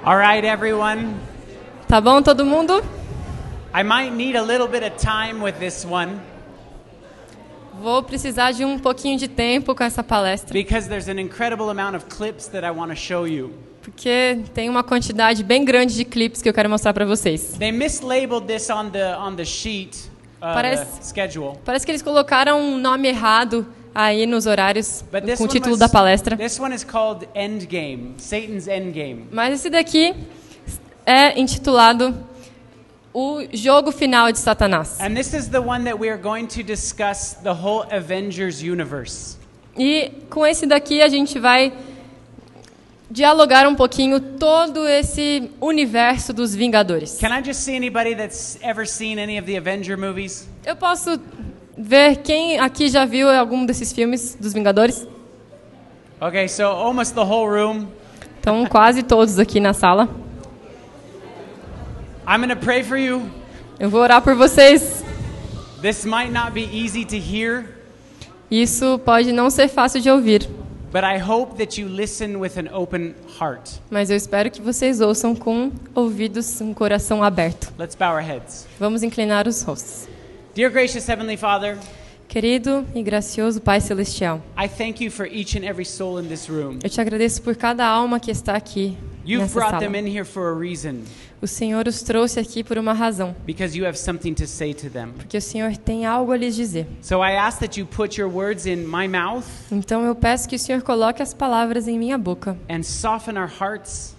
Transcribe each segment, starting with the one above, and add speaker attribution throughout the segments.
Speaker 1: All right, everyone.
Speaker 2: Tá bom, todo mundo?
Speaker 1: I might need a little bit of time with this one
Speaker 2: Vou precisar de um pouquinho de tempo com essa palestra,
Speaker 1: because there's an incredible amount of clips that I want to show you.
Speaker 2: porque tem uma quantidade bem grande de clipes que eu quero mostrar para vocês.
Speaker 1: They mislabeled this on the on the sheet uh, the
Speaker 2: Parece-
Speaker 1: schedule.
Speaker 2: Parece que eles colocaram um nome errado aí nos horários
Speaker 1: But this
Speaker 2: com o
Speaker 1: one
Speaker 2: título
Speaker 1: was-
Speaker 2: da palestra.
Speaker 1: This one is called Endgame, Satan's Endgame.
Speaker 2: Mas esse daqui é intitulado O Jogo Final de Satanás.
Speaker 1: And this is the one that we are going to discuss the whole Avengers universe.
Speaker 2: E com esse daqui a gente vai dialogar um pouquinho todo esse universo dos Vingadores.
Speaker 1: Can I just see anybody that's ever seen any of the Avenger movies?
Speaker 2: Eu posso ver quem aqui já viu algum desses filmes dos Vingadores?
Speaker 1: Okay, so almost the whole room.
Speaker 2: Estão quase todos aqui na sala.
Speaker 1: I'm going to pray for you.
Speaker 2: Eu vou orar por vocês.
Speaker 1: This might not be easy to hear,
Speaker 2: Isso pode não ser fácil de ouvir,
Speaker 1: but I hope that you listen with an open heart.
Speaker 2: mas eu espero que vocês ouçam com ouvidos, um coração aberto.
Speaker 1: Let's bow our heads.
Speaker 2: Vamos inclinar os rostos.
Speaker 1: Dear gracious Heavenly Father,
Speaker 2: Querido e gracioso Pai Celestial,
Speaker 1: I thank you for each and every soul in this room.
Speaker 2: eu te agradeço por cada alma que está aqui
Speaker 1: You've
Speaker 2: nessa
Speaker 1: brought
Speaker 2: sala.
Speaker 1: them in here for a reason,
Speaker 2: O Senhor os trouxe aqui por uma razão,
Speaker 1: because you have something to say to them.
Speaker 2: porque o Senhor tem algo a lhes dizer.
Speaker 1: So I ask that you put your words in my mouth
Speaker 2: Então eu peço que o Senhor coloque as palavras em minha boca
Speaker 1: and soften our hearts,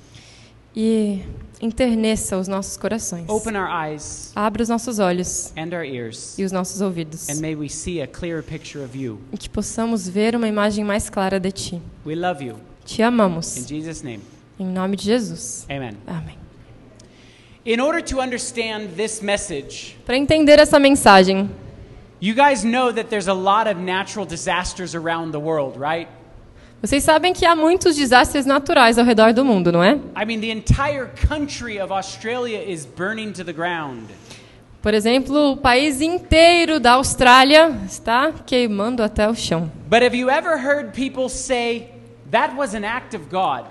Speaker 2: e interneça os nossos corações.
Speaker 1: open our eyes
Speaker 2: Abra os nossos olhos
Speaker 1: and our ears,
Speaker 2: e os nossos ouvidos.
Speaker 1: and may we see a clearer picture of you.
Speaker 2: E que possamos ver uma imagem mais clara de ti.
Speaker 1: We love you.
Speaker 2: Te
Speaker 1: In
Speaker 2: amamos.
Speaker 1: Jesus' name,
Speaker 2: Em nome de Jesus.
Speaker 1: amen.
Speaker 2: Amém.
Speaker 1: In order to understand this message,
Speaker 2: Para entender essa mensagem,
Speaker 1: you guys know that there's a lot of natural disasters around the world, right?
Speaker 2: vocês sabem que há muitos desastres naturais ao redor do mundo, não é?
Speaker 1: I mean, the entire country of Australia is burning to the ground.
Speaker 2: Por exemplo, o país inteiro da Austrália está queimando até o chão.
Speaker 1: But have you ever heard people say, that was an act of God?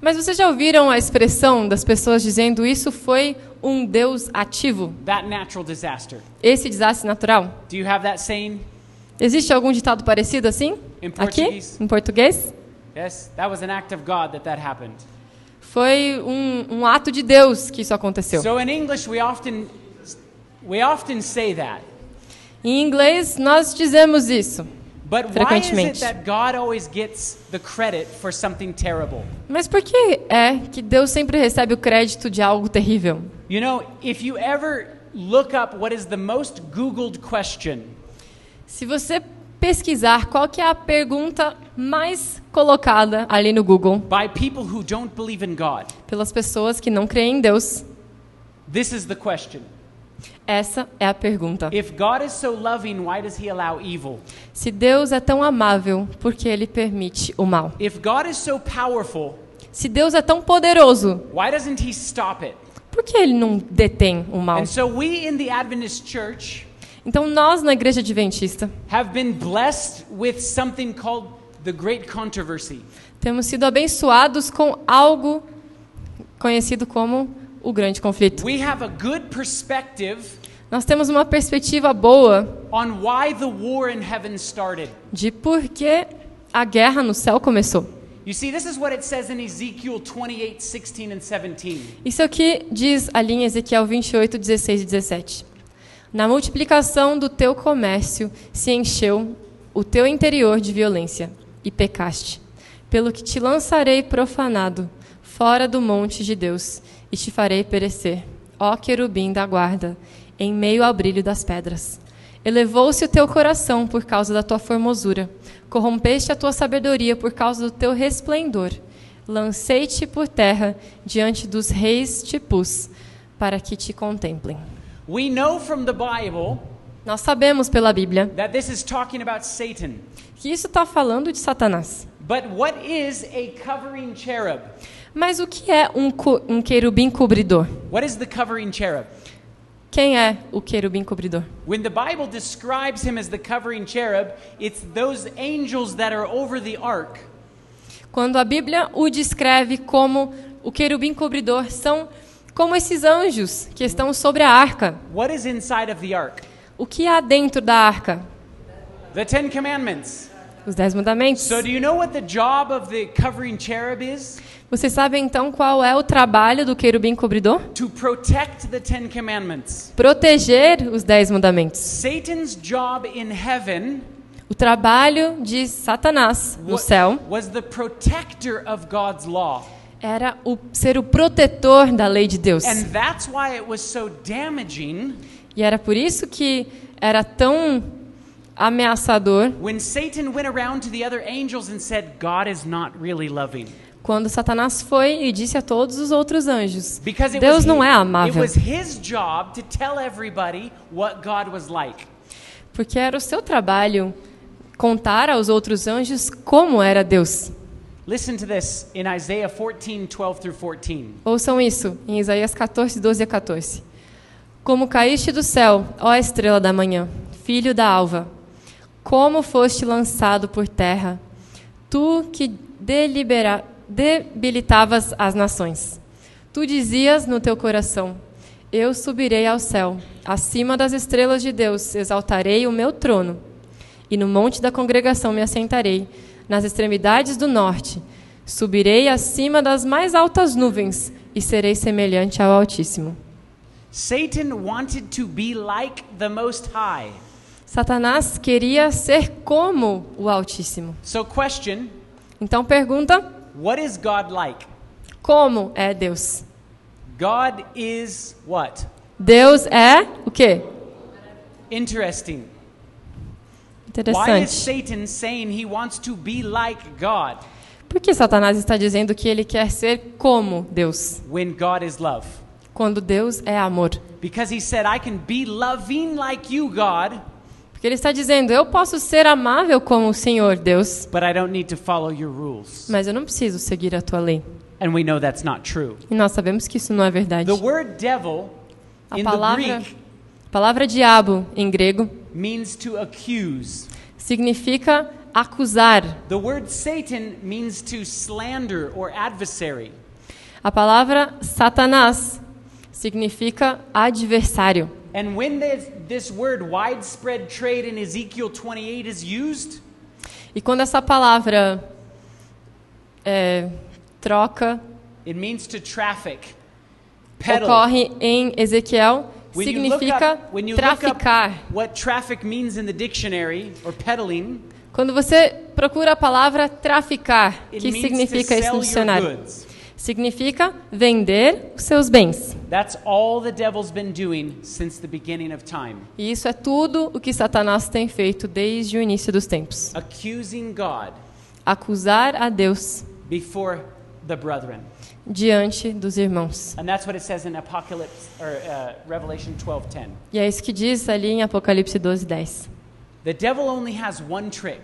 Speaker 2: Mas vocês já ouviram a expressão das pessoas dizendo isso foi um Deus ativo,
Speaker 1: That natural disaster.
Speaker 2: esse desastre natural?
Speaker 1: Do you have that saying?
Speaker 2: Existe algum ditado parecido assim?
Speaker 1: Em
Speaker 2: Aqui?
Speaker 1: português.
Speaker 2: Em português?
Speaker 1: Yes, that was an act of God that that happened.
Speaker 2: Foi um, um ato de Deus que isso aconteceu.
Speaker 1: So in English, we often we often say that.
Speaker 2: Em inglês, nós dizemos isso.
Speaker 1: But why is it
Speaker 2: Frequentemente.
Speaker 1: that God always gets the credit for something terrible?
Speaker 2: Mas por que é que Deus sempre recebe o crédito de algo terrível?
Speaker 1: You know, if you ever look up what is the most Googled question,
Speaker 2: Se você pesquisar qual que é a pergunta mais colocada ali no Google
Speaker 1: by people who don't believe in God,
Speaker 2: pelas pessoas que não creem em Deus,
Speaker 1: this is the question.
Speaker 2: essa é a pergunta.
Speaker 1: If God is so loving, why does he allow evil?
Speaker 2: Se Deus é tão amável, por que ele permite o mal?
Speaker 1: If God is so powerful,
Speaker 2: Se Deus é tão poderoso,
Speaker 1: why doesn't he stop it?
Speaker 2: por que ele não detém o mal?
Speaker 1: And so we in the Adventist church
Speaker 2: Então nós na igreja adventista
Speaker 1: have been blessed with something called the great controversy.
Speaker 2: temos sido abençoados com algo conhecido como o grande conflito.
Speaker 1: We have a good perspective
Speaker 2: Nós temos uma perspectiva boa
Speaker 1: on why the war in heaven started.
Speaker 2: de por que a guerra no céu começou.
Speaker 1: You see, this is what it says in Ezekiel 28 16 and 17.
Speaker 2: Isso é o que diz ali em Ezequiel 28, 16 e 17. Na multiplicação do teu comércio se encheu o teu interior de violência e pecaste, pelo que te lançarei profanado fora do monte de Deus e te farei perecer, ó querubim da guarda, em meio ao brilho das pedras. Elevou-se o teu coração por causa da tua formosura, corrompeste a tua sabedoria por causa do teu resplendor. Lancei-te por terra diante dos reis te pus, para que te contemplem.
Speaker 1: We know from the Bible
Speaker 2: Nós sabemos pela Bíblia
Speaker 1: that this is talking about Satan.
Speaker 2: que isso está falando de Satanás.
Speaker 1: But what is a covering cherub?
Speaker 2: Mas o que é um, cu- um querubim cobridor?
Speaker 1: What is the covering cherub?
Speaker 2: Quem é o querubim cobridor?
Speaker 1: When the Bible describes him as the covering cherub, it's those angels that are over the ark.
Speaker 2: Quando a Bíblia o descreve como o querubim cobridor são como esses anjos que estão sobre a arca.
Speaker 1: What is inside of the ark?
Speaker 2: O que há dentro da arca?
Speaker 1: The Ten Commandments.
Speaker 2: Os Dez Mandamentos.
Speaker 1: So, do you know what the job of the covering cherub is?
Speaker 2: Você sabe então qual é o trabalho do querubim cobridor?
Speaker 1: To protect the Ten Commandments.
Speaker 2: Proteger os Dez Mandamentos.
Speaker 1: Satan's job in heaven
Speaker 2: O trabalho de Satanás no
Speaker 1: wa-
Speaker 2: céu
Speaker 1: was the protector of God's law.
Speaker 2: era o, ser o protetor da lei de Deus.
Speaker 1: And that's why it was so damaging
Speaker 2: E era por isso que era tão ameaçador
Speaker 1: when Satan went around to the other angels and said, God is not really loving.
Speaker 2: quando Satanás foi e disse a todos os outros anjos:
Speaker 1: Because it was
Speaker 2: Deus não
Speaker 1: hi-
Speaker 2: é
Speaker 1: It
Speaker 2: amável.
Speaker 1: was his job to tell everybody what God was like.
Speaker 2: Porque era o seu trabalho contar aos outros anjos como era Deus.
Speaker 1: Listen to this in Isaiah 14, 12 through 14.
Speaker 2: Ouçam isso em Isaías 14, 12 a 14. Como caíste do céu, ó estrela da manhã, filho da alva, como foste lançado por terra, tu que delibera- debilitavas as nações. Tu dizias no teu coração: Eu subirei ao céu, acima das estrelas de Deus, exaltarei o meu trono. E no monte da congregação me assentarei, nas extremidades do norte. Subirei acima das mais altas nuvens e serei semelhante ao Altíssimo.
Speaker 1: Satan wanted to be like the Most High.
Speaker 2: Satanás queria ser como o Altíssimo.
Speaker 1: So, question
Speaker 2: Então pergunta:
Speaker 1: what is God like?
Speaker 2: como é Deus?
Speaker 1: God is what?
Speaker 2: Deus é o quê?
Speaker 1: Interesting. Why is
Speaker 2: Interessante.
Speaker 1: Satan saying he wants to be like God
Speaker 2: Por que Satanás está dizendo que ele quer ser como Deus,
Speaker 1: when God is love?
Speaker 2: quando Deus é amor?
Speaker 1: Because he said, I can be loving like you, God,
Speaker 2: Porque ele está dizendo: eu posso ser amável como o Senhor, Deus,
Speaker 1: but I don't need to follow your rules.
Speaker 2: mas eu não preciso seguir a tua lei.
Speaker 1: And we know that's not true.
Speaker 2: E nós sabemos que isso não é verdade.
Speaker 1: The word devil
Speaker 2: A
Speaker 1: in the
Speaker 2: palavra,
Speaker 1: Greek
Speaker 2: a palavra diabo em grego
Speaker 1: means to accuse.
Speaker 2: significa acusar.
Speaker 1: The word Satan means to slander or adversary.
Speaker 2: A palavra Satanás significa adversário.
Speaker 1: And when this, this word widespread trade in Ezekiel 28 is used,
Speaker 2: E quando essa palavra é, troca
Speaker 1: it means to traffic, peddle.
Speaker 2: ocorre em Ezequiel,
Speaker 1: When you look
Speaker 2: significa
Speaker 1: up- when you look up
Speaker 2: traficar.
Speaker 1: what traffic means in the dictionary or peddling,
Speaker 2: Quando você procura a palavra traficar,
Speaker 1: it
Speaker 2: que
Speaker 1: means
Speaker 2: significa
Speaker 1: to
Speaker 2: esse
Speaker 1: sell
Speaker 2: no
Speaker 1: your
Speaker 2: dicionário?
Speaker 1: goods.
Speaker 2: Significa vender os seus bens.
Speaker 1: That's all the devil's been doing since the beginning of time,
Speaker 2: E isso é tudo o que Satanás tem feito desde o início dos tempos:
Speaker 1: accusing God
Speaker 2: acusar a Deus
Speaker 1: before the brethren.
Speaker 2: diante dos irmãos.
Speaker 1: And that's what it says in Apocalypse or uh, Revelation 12:10.
Speaker 2: E é isso que diz ali em Apocalipse 12, 10.
Speaker 1: The devil only has one trick.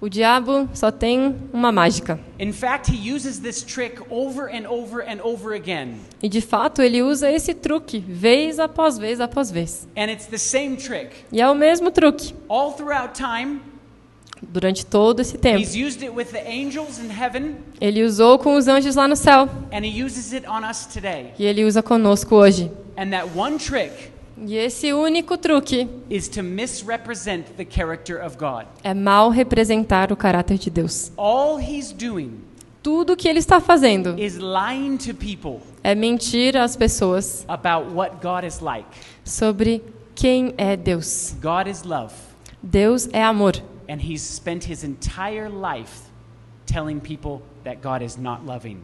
Speaker 2: O diabo só tem uma mágica.
Speaker 1: In fact, he uses this trick over and over and over again.
Speaker 2: E de fato ele usa esse truque, vez após vez após vez.
Speaker 1: And it's the same trick.
Speaker 2: E é o mesmo truque
Speaker 1: All throughout time,
Speaker 2: durante todo esse tempo.
Speaker 1: he's used it with the angels in heaven,
Speaker 2: Ele usou com os anjos lá no céu.
Speaker 1: and he uses it on us today.
Speaker 2: E ele usa conosco hoje.
Speaker 1: And that one trick
Speaker 2: E esse único truque
Speaker 1: is to misrepresent the character of God.
Speaker 2: é mal representar o caráter de Deus.
Speaker 1: All he's doing
Speaker 2: Tudo que ele está fazendo
Speaker 1: is lying to people
Speaker 2: é mentir às pessoas
Speaker 1: about what God is like.
Speaker 2: sobre quem é Deus.
Speaker 1: God is love.
Speaker 2: Deus é amor.
Speaker 1: And he's spent his entire life telling people that God is not loving.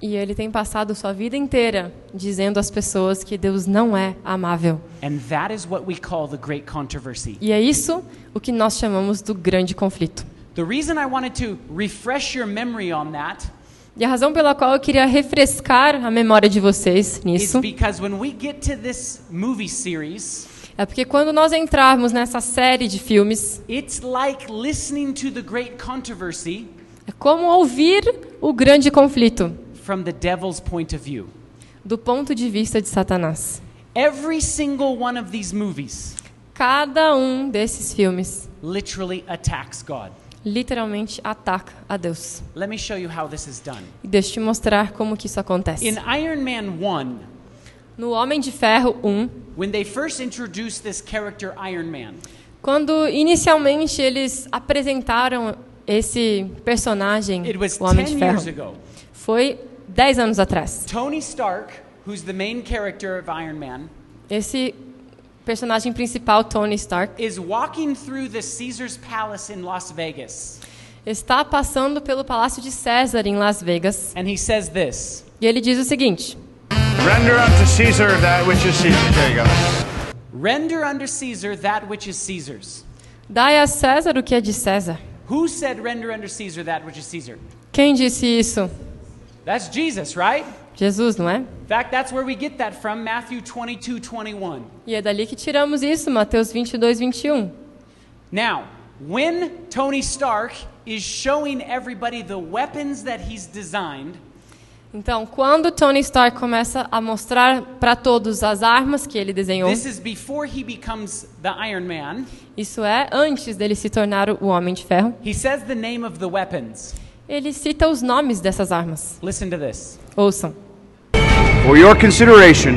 Speaker 2: E ele tem passado sua vida inteira dizendo às pessoas que Deus não é amável.
Speaker 1: And that is what we call the great controversy.
Speaker 2: E é isso o que nós chamamos do grande conflito.
Speaker 1: The reason I wanted to refresh your memory on that
Speaker 2: E a razão pela qual eu queria refrescar a memória de vocês
Speaker 1: is
Speaker 2: nisso
Speaker 1: because when we get to this movie series,
Speaker 2: é porque quando nós entrarmos nessa série de filmes,
Speaker 1: it's like listening to the great controversy
Speaker 2: é como ouvir o grande conflito
Speaker 1: from the devil's point of view.
Speaker 2: do ponto de vista de Satanás.
Speaker 1: Every single one of these movies
Speaker 2: Cada um desses filmes
Speaker 1: literally attacks God.
Speaker 2: literalmente ataca a Deus.
Speaker 1: Let me show you how this is done.
Speaker 2: E deixa eu te mostrar como que isso acontece.
Speaker 1: In Iron Man 1,
Speaker 2: No Homem de Ferro 1,
Speaker 1: when they first introduced this character Iron Man,
Speaker 2: quando inicialmente eles apresentaram esse personagem,
Speaker 1: it was
Speaker 2: o Homem de
Speaker 1: 10
Speaker 2: Ferro,
Speaker 1: years ago.
Speaker 2: foi 10 anos atrás.
Speaker 1: Tony Stark, who's the main character of Iron Man,
Speaker 2: Esse personagem principal, Tony Stark,
Speaker 1: is walking through the Caesar's Palace in Las Vegas.
Speaker 2: está passando pelo Palácio de César em Las Vegas
Speaker 1: And he says this
Speaker 2: e ele diz o seguinte:
Speaker 3: Render unto Caesar that which is Caesar. There you go.
Speaker 1: Render unto Caesar that which is Caesar's.
Speaker 2: Dai a César o que é de César.
Speaker 1: Who said render unto Caesar that which is Caesar?
Speaker 2: Quem disse isso?
Speaker 1: That's Jesus, right?
Speaker 2: Jesus, não é?
Speaker 1: In fact, that's where we get that from Matthew 22 21.
Speaker 2: E é dali que tiramos isso, Mateus 22, 21.
Speaker 1: Now, when Tony Stark is showing everybody the weapons that he's designed,
Speaker 2: Então, quando Tony Stark começa a mostrar para todos as armas que ele desenhou,
Speaker 1: this is before he becomes the Iron Man,
Speaker 2: isso é antes dele se tornar o Homem de Ferro,
Speaker 1: he says the name of the weapons.
Speaker 2: ele cita os nomes dessas armas.
Speaker 1: Listen to this.
Speaker 2: Ouçam.
Speaker 3: For your consideration,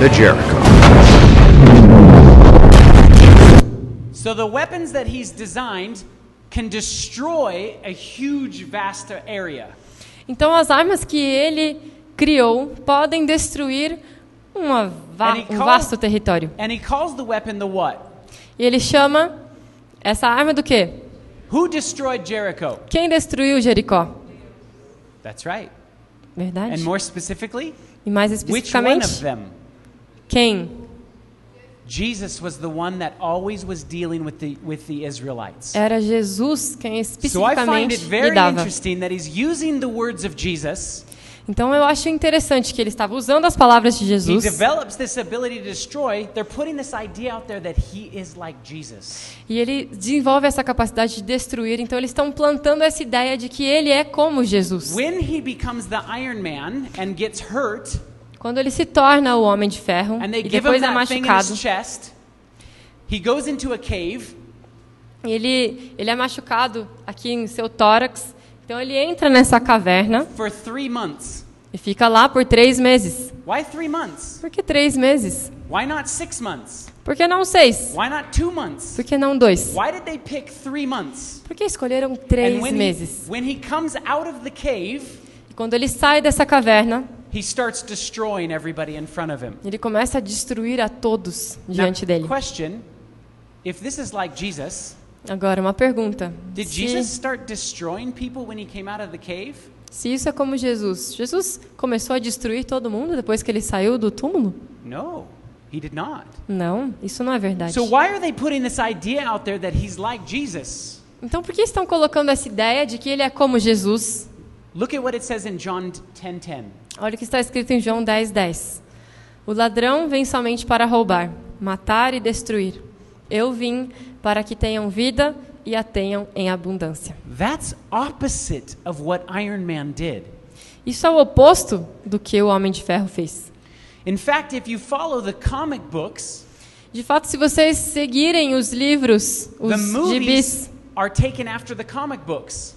Speaker 3: the Jericho.
Speaker 1: So, the weapons that he's designed can destroy a huge, vast area.
Speaker 2: Então, as armas que ele criou podem destruir uma va-
Speaker 1: And he
Speaker 2: um
Speaker 1: called-
Speaker 2: vasto território.
Speaker 1: And he calls the weapon the what?
Speaker 2: E ele chama essa arma do quê?
Speaker 1: Who destroyed Jericho?
Speaker 2: Quem destruiu Jericó?
Speaker 1: That's right. And
Speaker 2: Verdade?
Speaker 1: more specifically,
Speaker 2: E mais
Speaker 1: which one of
Speaker 2: especificamente,
Speaker 1: them?
Speaker 2: quem?
Speaker 1: Jesus was the one that always was dealing with the, with the Israelites.
Speaker 2: Era Jesus quem
Speaker 1: So I find it
Speaker 2: especificamente
Speaker 1: very
Speaker 2: lidava.
Speaker 1: interesting that he's using the words of Jesus.
Speaker 2: Então eu acho interessante que ele estava usando as palavras de
Speaker 1: He
Speaker 2: Jesus
Speaker 1: develops this ability to destroy. They're putting this idea out there that he is like Jesus.
Speaker 2: e ele desenvolve essa capacidade de destruir. Então eles estão plantando essa ideia de que ele é como Jesus.
Speaker 1: When he becomes the Iron Man and gets hurt,
Speaker 2: Quando ele se torna o homem de ferro
Speaker 1: and they
Speaker 2: e
Speaker 1: give him
Speaker 2: depois é
Speaker 1: that thing in
Speaker 2: machucado,
Speaker 1: his chest, he goes into a cave.
Speaker 2: ele ele é machucado aqui em seu tórax. Então ele entra nessa caverna
Speaker 1: for three months.
Speaker 2: e fica lá por três meses.
Speaker 1: Why three months?
Speaker 2: Por que três meses?
Speaker 1: Why not six months?
Speaker 2: Por que não seis?
Speaker 1: Why not two months?
Speaker 2: Por que não dois?
Speaker 1: Why did they pick three months?
Speaker 2: Por que escolheram três
Speaker 1: when he,
Speaker 2: meses?
Speaker 1: when he comes out of the cave,
Speaker 2: E Quando ele sai dessa caverna,
Speaker 1: he starts destroying everybody in front of him.
Speaker 2: ele começa a destruir a todos
Speaker 1: Now,
Speaker 2: diante dele.
Speaker 1: Question If this is like Jesus,
Speaker 2: Agora, uma pergunta.
Speaker 1: did Jesus
Speaker 2: Se,
Speaker 1: start destroying people when he came out of the cave?
Speaker 2: se isso é como Jesus, Jesus começou a destruir todo mundo depois que ele saiu do túmulo?
Speaker 1: No, he did not.
Speaker 2: Não, isso não é verdade.
Speaker 1: So, why are they putting this idea out there that he's like Jesus?
Speaker 2: Então, por que estão colocando essa ideia de que ele é como Jesus?
Speaker 1: Look at what it says in John 10:10.
Speaker 2: Olha o que está escrito em João 10, 10. O ladrão vem somente para roubar, matar e destruir. Eu vim para que tenham vida e a tenham em abundância.
Speaker 1: That's opposite of what Iron Man did.
Speaker 2: Isso é o oposto do que o Homem de Ferro fez.
Speaker 1: In fact, if you follow the comic books,
Speaker 2: De fato, se vocês seguirem os livros,
Speaker 1: the
Speaker 2: os
Speaker 1: movies
Speaker 2: gibis,
Speaker 1: are taken after the comic books.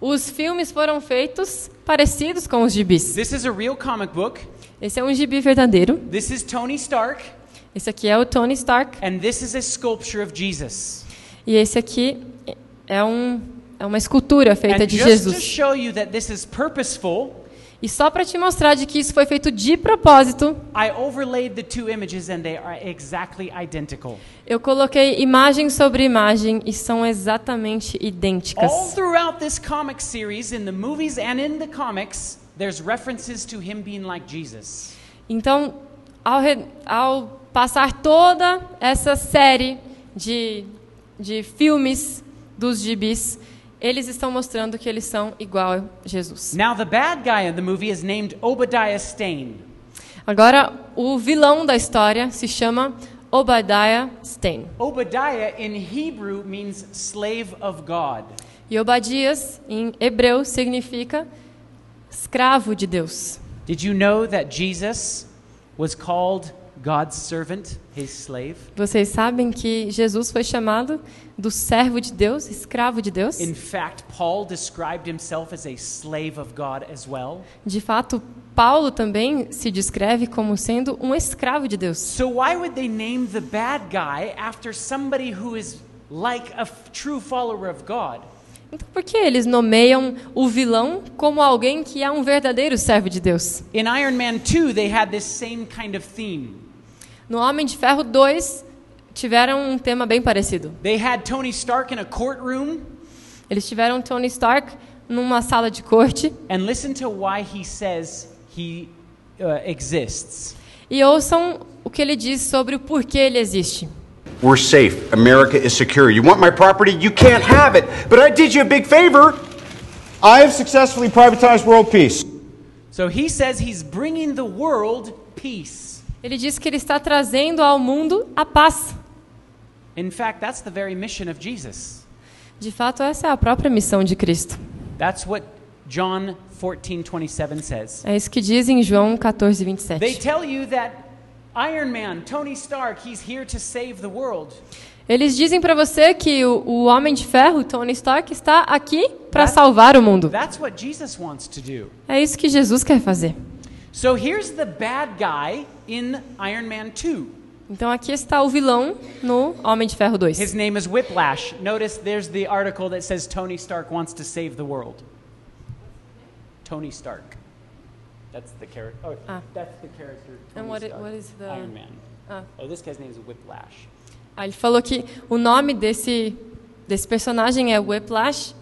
Speaker 2: os filmes foram feitos parecidos com os gibis.
Speaker 1: This is a real comic book.
Speaker 2: Esse é um gibi verdadeiro.
Speaker 1: This is Tony Stark,
Speaker 2: Esse aqui é o Tony Stark
Speaker 1: and this is a sculpture of Jesus.
Speaker 2: e esse aqui é um é uma escultura feita
Speaker 1: And
Speaker 2: de
Speaker 1: just to
Speaker 2: Jesus.
Speaker 1: show you that this is purposeful,
Speaker 2: E só para te mostrar de que isso foi feito de propósito,
Speaker 1: I overlaid the two images and they are exactly identical.
Speaker 2: eu coloquei imagem sobre imagem e são exatamente
Speaker 1: All
Speaker 2: idênticas.
Speaker 1: throughout this comic series, in the movies and in the comics, there's references to him being like Jesus.
Speaker 2: Então, ao, re- ao passar toda essa série de, de filmes dos gibis, eles estão mostrando que eles são igual a Jesus.
Speaker 1: Now, the bad guy in the movie is named Obadiah Stane.
Speaker 2: Agora, o vilão da história se chama Obadiah Stein.
Speaker 1: Obadiah in Hebrew means slave of God.
Speaker 2: E Obadias, em hebreu, significa escravo de Deus.
Speaker 1: Did you know that Jesus was called God's servant, his slave.
Speaker 2: Vocês sabem que Jesus foi chamado do servo de Deus, escravo de Deus?
Speaker 1: In fact, Paul described himself as a slave of God as well.
Speaker 2: De fato, Paulo também se descreve como sendo um escravo de Deus.
Speaker 1: So why would they name the bad guy after somebody who is like a f- true follower of God?
Speaker 2: Então, por que eles nomeiam o vilão como alguém que é um verdadeiro servo de Deus?
Speaker 1: In Iron Man 2, they had this same kind of theme.
Speaker 2: No Homem de Ferro 2, tiveram um tema bem parecido.
Speaker 1: They had Tony Stark in a courtroom,
Speaker 2: Eles tiveram Tony Stark numa sala de corte
Speaker 1: and listen to why he says he uh, exists.
Speaker 2: e ouçam o que ele diz sobre o porquê ele existe.
Speaker 4: We're safe. America is secure. You want my property? You can't have it. But I did you a big favor.
Speaker 3: I have successfully privatized world peace.
Speaker 1: So he says he's bringing the world peace.
Speaker 2: Ele diz que ele está trazendo ao mundo a paz.
Speaker 1: In fact, that's the very mission of Jesus.
Speaker 2: De fato, essa é a própria missão de Cristo.
Speaker 1: That's what John 14:27 says.
Speaker 2: É isso que diz em João
Speaker 1: They
Speaker 2: 14, 27.
Speaker 1: tell you that Iron Man, Tony Stark, he's here to save the world.
Speaker 2: Eles dizem para você que o, o Homem de Ferro, Tony Stark, está aqui para salvar o mundo.
Speaker 1: That's what Jesus wants to do.
Speaker 2: É isso que Jesus quer fazer.
Speaker 1: So here's the bad guy in Iron Man 2.
Speaker 2: Então aqui está o vilão no Homem de Ferro 2.
Speaker 1: His name is Whiplash. Notice there's the article that says Tony Stark wants to save the world. Tony Stark. That's the character. Oh, that's the character. Tony
Speaker 2: Ah. And what i-
Speaker 1: Stark,
Speaker 2: what is the-
Speaker 1: Iron Man? Oh, this guy's name is Whiplash.
Speaker 2: Ah, ele falou que o nome desse, desse personagem é Whiplash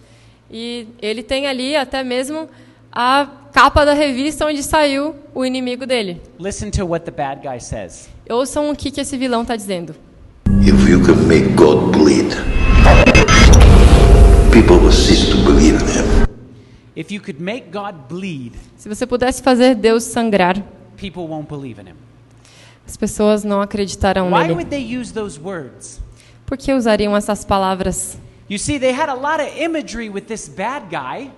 Speaker 2: e ele tem ali até mesmo a capa da revista onde saiu o inimigo dele.
Speaker 1: Listen to what the bad guy says.
Speaker 2: Ouçam o que, que esse vilão está dizendo.
Speaker 5: If you can make God bleed, people will cease to believe in him.
Speaker 1: If you could make God bleed,
Speaker 2: Se você pudesse fazer Deus sangrar,
Speaker 1: people won't believe in him.
Speaker 2: as pessoas não acreditarão
Speaker 1: Why
Speaker 2: nele.
Speaker 1: would they use those words?
Speaker 2: Por que usariam essas palavras?
Speaker 1: You see, they had a lot of imagery with this bad guy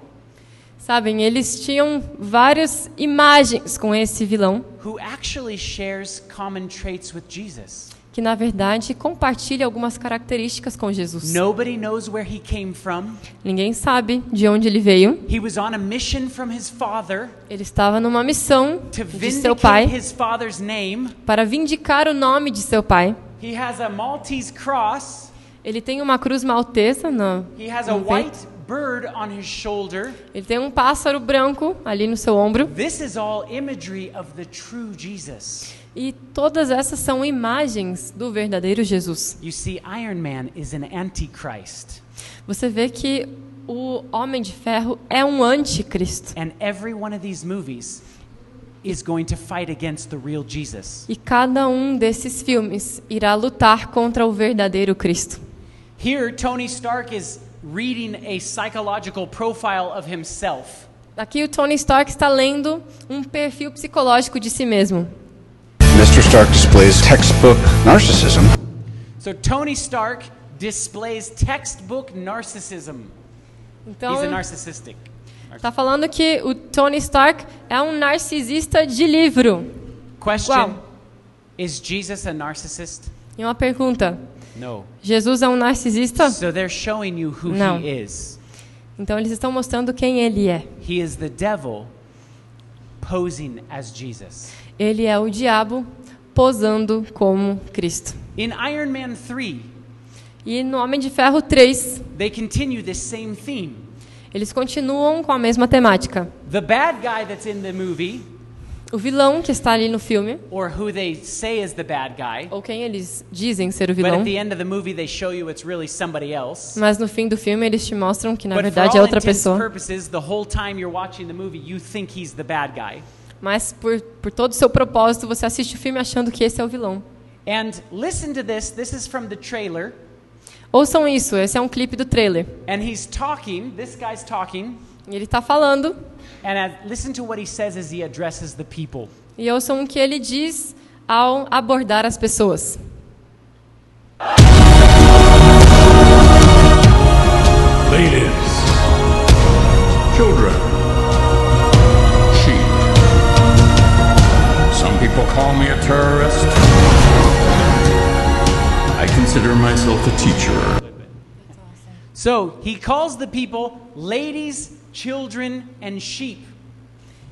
Speaker 2: Sabem, eles tinham várias imagens com esse vilão
Speaker 1: who actually shares common traits with Jesus.
Speaker 2: que na verdade compartilha algumas características com Jesus.
Speaker 1: Nobody knows where he came from.
Speaker 2: Ninguém sabe de onde ele veio.
Speaker 1: He was on a mission from his father
Speaker 2: Ele estava numa missão
Speaker 1: to
Speaker 2: de seu
Speaker 1: vindicate
Speaker 2: pai
Speaker 1: his father's name.
Speaker 2: para vindicar o nome de seu pai.
Speaker 1: He has a Maltese cross.
Speaker 2: Ele tem uma cruz maltesa no,
Speaker 1: He has a
Speaker 2: no peito.
Speaker 1: white bird on his shoulder.
Speaker 2: Ele tem um pássaro branco ali no seu ombro.
Speaker 1: This is all imagery of the true Jesus.
Speaker 2: E todas essas são imagens do verdadeiro Jesus.
Speaker 1: You see, Iron Man is an antichrist,
Speaker 2: Você vê que o Homem de Ferro é um anticristo.
Speaker 1: and every one of these movies is going to fight against the real Jesus.
Speaker 2: E cada um desses filmes irá lutar contra o verdadeiro Cristo.
Speaker 1: Here, Tony Stark is reading a psychological profile of himself.
Speaker 2: Aqui o Tony Stark está lendo um perfil psicológico de si mesmo.
Speaker 4: Mr. Stark displays textbook narcissism.
Speaker 1: So Tony Stark displays textbook narcissism.
Speaker 2: Então,
Speaker 1: He's a narcissistic.
Speaker 2: está Tá falando que o Tony Stark é um narcisista de livro.
Speaker 1: Question
Speaker 2: Wow.
Speaker 1: Is Jesus a narcissist?
Speaker 2: E uma pergunta:
Speaker 1: No.
Speaker 2: Jesus é um narcisista?
Speaker 1: So they're showing you who
Speaker 2: No.
Speaker 1: he is.
Speaker 2: Então eles estão mostrando quem ele é.
Speaker 1: He is the devil posing as Jesus.
Speaker 2: Ele é o diabo posando como Cristo.
Speaker 1: In Iron Man 3,
Speaker 2: E no Homem de Ferro 3,
Speaker 1: they continue this same theme.
Speaker 2: eles continuam com a mesma temática.
Speaker 1: The bad guy that's in the movie,
Speaker 2: O vilão que está ali no filme,
Speaker 1: or who they say is the bad guy,
Speaker 2: ou quem eles dizem ser o
Speaker 1: but
Speaker 2: vilão,
Speaker 1: at the end of the movie they show you it's really somebody else.
Speaker 2: mas no fim do filme eles te mostram que na
Speaker 1: But for
Speaker 2: verdade é
Speaker 1: all
Speaker 2: outra
Speaker 1: intents and
Speaker 2: pessoa.
Speaker 1: purposes, the whole time you're watching the movie, you think he's the bad guy.
Speaker 2: Mas por, por todo o seu propósito, você assiste o filme achando que esse é o vilão.
Speaker 1: And listen to this. This is from the trailer.
Speaker 2: Ouçam isso, esse é um clipe do trailer.
Speaker 1: And he's talking. This guy's talking.
Speaker 2: E ele está falando,
Speaker 1: And as, listen to what he says as he addresses the people.
Speaker 2: e ouçam o que ele diz ao abordar as pessoas.
Speaker 6: Ladies, children, sheep. Some people call me a terrorist. I consider myself a teacher.
Speaker 1: So he calls the people ladies, children, and sheep.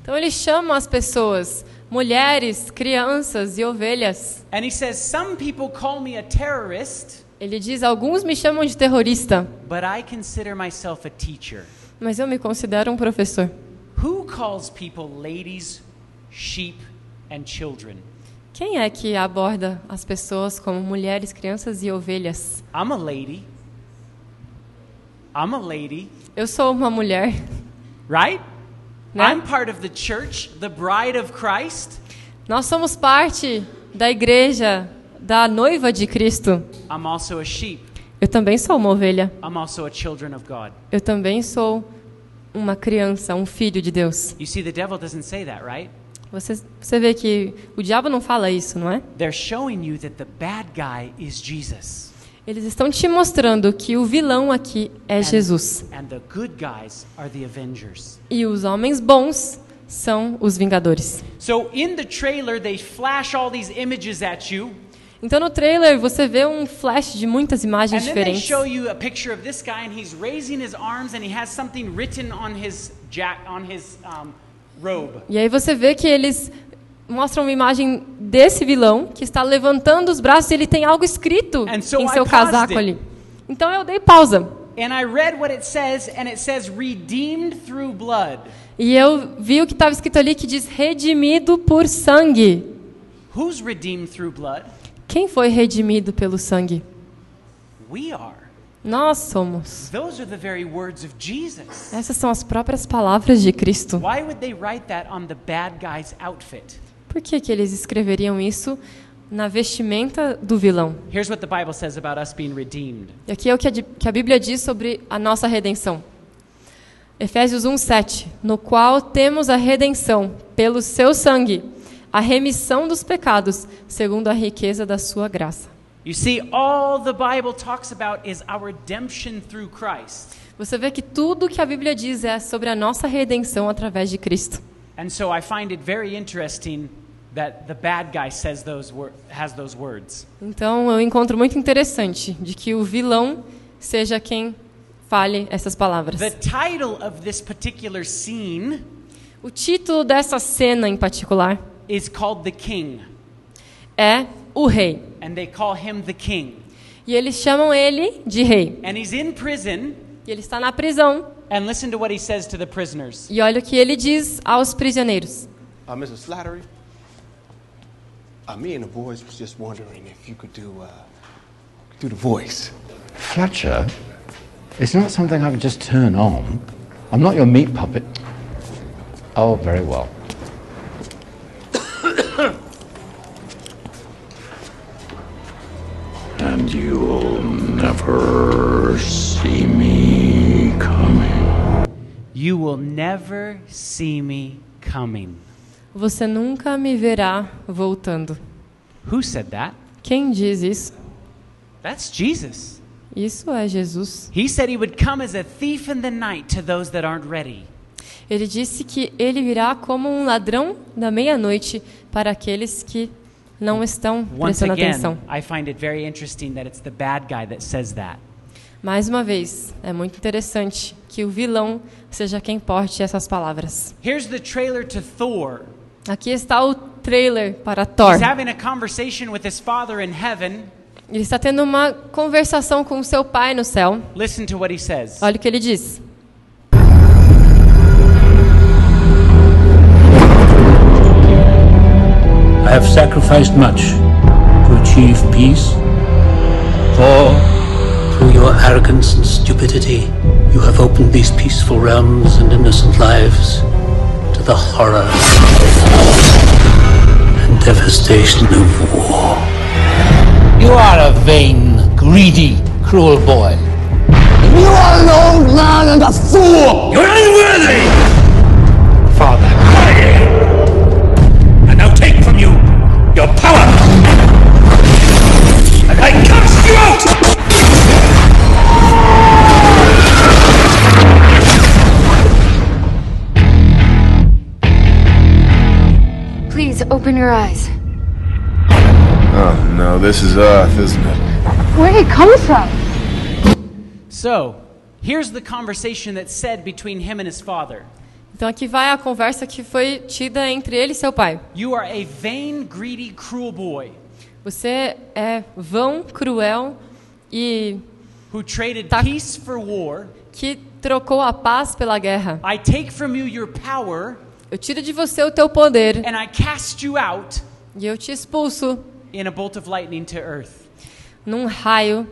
Speaker 2: Então ele chama as pessoas, mulheres, crianças e ovelhas.
Speaker 1: And he says, Some people call me a terrorist,
Speaker 2: Ele diz: Alguns me chamam de terrorista,
Speaker 1: but I consider myself a teacher.
Speaker 2: mas eu me considero um professor.
Speaker 1: Who calls people ladies, sheep, and children?
Speaker 2: Quem é que aborda as pessoas como mulheres, crianças e ovelhas?
Speaker 1: I'm a lady. I'm a lady,
Speaker 2: Eu sou uma mulher,
Speaker 1: right?
Speaker 2: né?
Speaker 1: I'm part of the church, the bride of Christ.
Speaker 2: Nós somos parte da igreja da noiva de Cristo.
Speaker 1: I'm also a sheep.
Speaker 2: Eu também sou uma ovelha.
Speaker 1: I'm also a children of God.
Speaker 2: Eu também sou uma criança, um filho de Deus.
Speaker 1: You see, the devil doesn't say that, right?
Speaker 2: Você, você vê que o diabo não fala isso, não é?
Speaker 1: They're showing you that the bad guy is Jesus.
Speaker 2: Eles estão te mostrando que o vilão aqui é
Speaker 1: And-
Speaker 2: Jesus.
Speaker 1: And the good guys are the Avengers.
Speaker 2: E os homens bons são os vingadores.
Speaker 1: So in the trailer, they flash all these images at you,
Speaker 2: Então no trailer você vê um flash de muitas
Speaker 1: and
Speaker 2: imagens
Speaker 1: then they
Speaker 2: diferentes.
Speaker 1: show you a picture of this guy, and he's raising his arms, and he has something written on his jack on his um, robe.
Speaker 2: E aí você vê que eles mostram uma imagem desse vilão que está levantando os braços e ele tem algo escrito
Speaker 1: And so
Speaker 2: em
Speaker 1: I
Speaker 2: seu
Speaker 1: paused
Speaker 2: casaco
Speaker 1: it.
Speaker 2: ali. Então eu dei pausa
Speaker 1: And I read what it says, and it says redeemed through blood.
Speaker 2: e eu vi o que estava escrito ali que diz redimido por sangue.
Speaker 1: Who's redeemed through blood?
Speaker 2: Quem foi redimido pelo sangue?
Speaker 1: We are.
Speaker 2: Nós somos.
Speaker 1: Those are the very words of Jesus.
Speaker 2: Essas são as próprias palavras de Cristo.
Speaker 1: Why would they write that on the bad guy's outfit?
Speaker 2: Por que, que eles escreveriam isso na vestimenta do vilão?
Speaker 1: Here's what the Bible says about us being redeemed.
Speaker 2: E aqui é o que a, di- que a Bíblia diz sobre a nossa redenção. Efésios 1:7, no qual temos a redenção pelo seu sangue, a remissão dos pecados, segundo a riqueza da sua graça.
Speaker 1: You see, all the Bible talks about is our redemption through Christ.
Speaker 2: Você vê que tudo que a Bíblia diz é sobre a nossa redenção através de Cristo.
Speaker 1: And so I find it very interesting that the bad guy says those wor- has those words.
Speaker 2: Então, eu encontro muito interessante de que o vilão seja quem fale essas palavras.
Speaker 1: The title of this particular scene
Speaker 2: O título dessa cena em particular
Speaker 1: is called The King,
Speaker 2: é O Rei.
Speaker 1: and they call him the King.
Speaker 2: E eles chamam ele de rei.
Speaker 1: And he's in prison,
Speaker 2: E ele está na prisão.
Speaker 1: and listen to what he says to the prisoners.
Speaker 2: E olha o que ele diz aos prisioneiros.
Speaker 7: Uh, Mrs. Slattery, uh, me and the boys was just wondering if you could do, uh, do the voice.
Speaker 8: Fletcher, it's not something I can just turn on. I'm not your meat puppet. Oh, very well.
Speaker 6: And you'll never see me coming.
Speaker 1: You will never see me coming.
Speaker 2: Você nunca me verá voltando.
Speaker 1: Who said that?
Speaker 2: Quem diz isso?
Speaker 1: That's Jesus.
Speaker 2: Isso é Jesus.
Speaker 1: He said he would come as a thief in the night to those that aren't ready.
Speaker 2: Ele disse que ele virá como um ladrão da meia-noite para aqueles que não estão
Speaker 1: Once
Speaker 2: prestando atenção.
Speaker 1: again, I find it very interesting that it's the bad guy that says that.
Speaker 2: Mais uma vez, é muito interessante que o vilão seja quem porte essas palavras.
Speaker 1: Here's the trailer to Thor.
Speaker 2: Aqui está o trailer para Thor.
Speaker 1: He's having a conversation with his father in heaven.
Speaker 2: Ele está tendo uma conversação com seu pai no céu.
Speaker 1: Listen to what he says.
Speaker 2: Olha o que ele diz.
Speaker 9: I have sacrificed much to achieve peace. For, through your arrogance and stupidity, you have opened these peaceful realms and innocent lives to the horror and devastation of war. You are a vain, greedy, cruel boy. You are an old man and a fool! You're unworthy! Father. I now take from you your power! And I cast you out!
Speaker 10: Please open your eyes. Oh no, this is Earth, isn't it?
Speaker 11: Where did it come from?
Speaker 1: So, here's the conversation that's said between him and his father.
Speaker 2: Então aqui vai a conversa que foi tida entre ele e seu pai.
Speaker 1: You are a vain, greedy, cruel boy
Speaker 2: Você é vão, cruel e
Speaker 1: who traded peace for war.
Speaker 2: que trocou a paz pela guerra.
Speaker 1: I take from you your power
Speaker 2: Eu tiro de você o teu poder
Speaker 1: and I cast you out
Speaker 2: e eu te expulso
Speaker 1: in a bolt of lightning to earth.
Speaker 2: num raio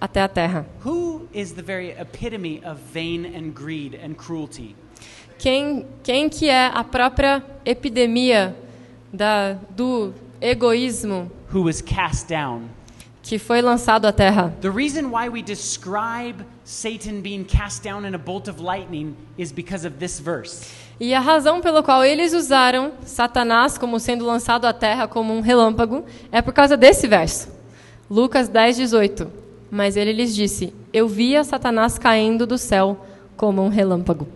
Speaker 2: até a terra.
Speaker 1: Who is the very epitome of vain and greed and cruelty?
Speaker 2: Quem, quem que é a própria epidemia da, do egoísmo
Speaker 1: Who was cast down?
Speaker 2: que foi lançado à terra?
Speaker 1: The reason why we describe Satan being cast down in a bolt of lightning is because of this verse.
Speaker 2: E a razão pela qual eles usaram Satanás como sendo lançado à terra como um relâmpago é por causa desse verso. Lucas 10, 18. Mas ele lhes disse: Eu via Satanás caindo do céu como um relâmpago.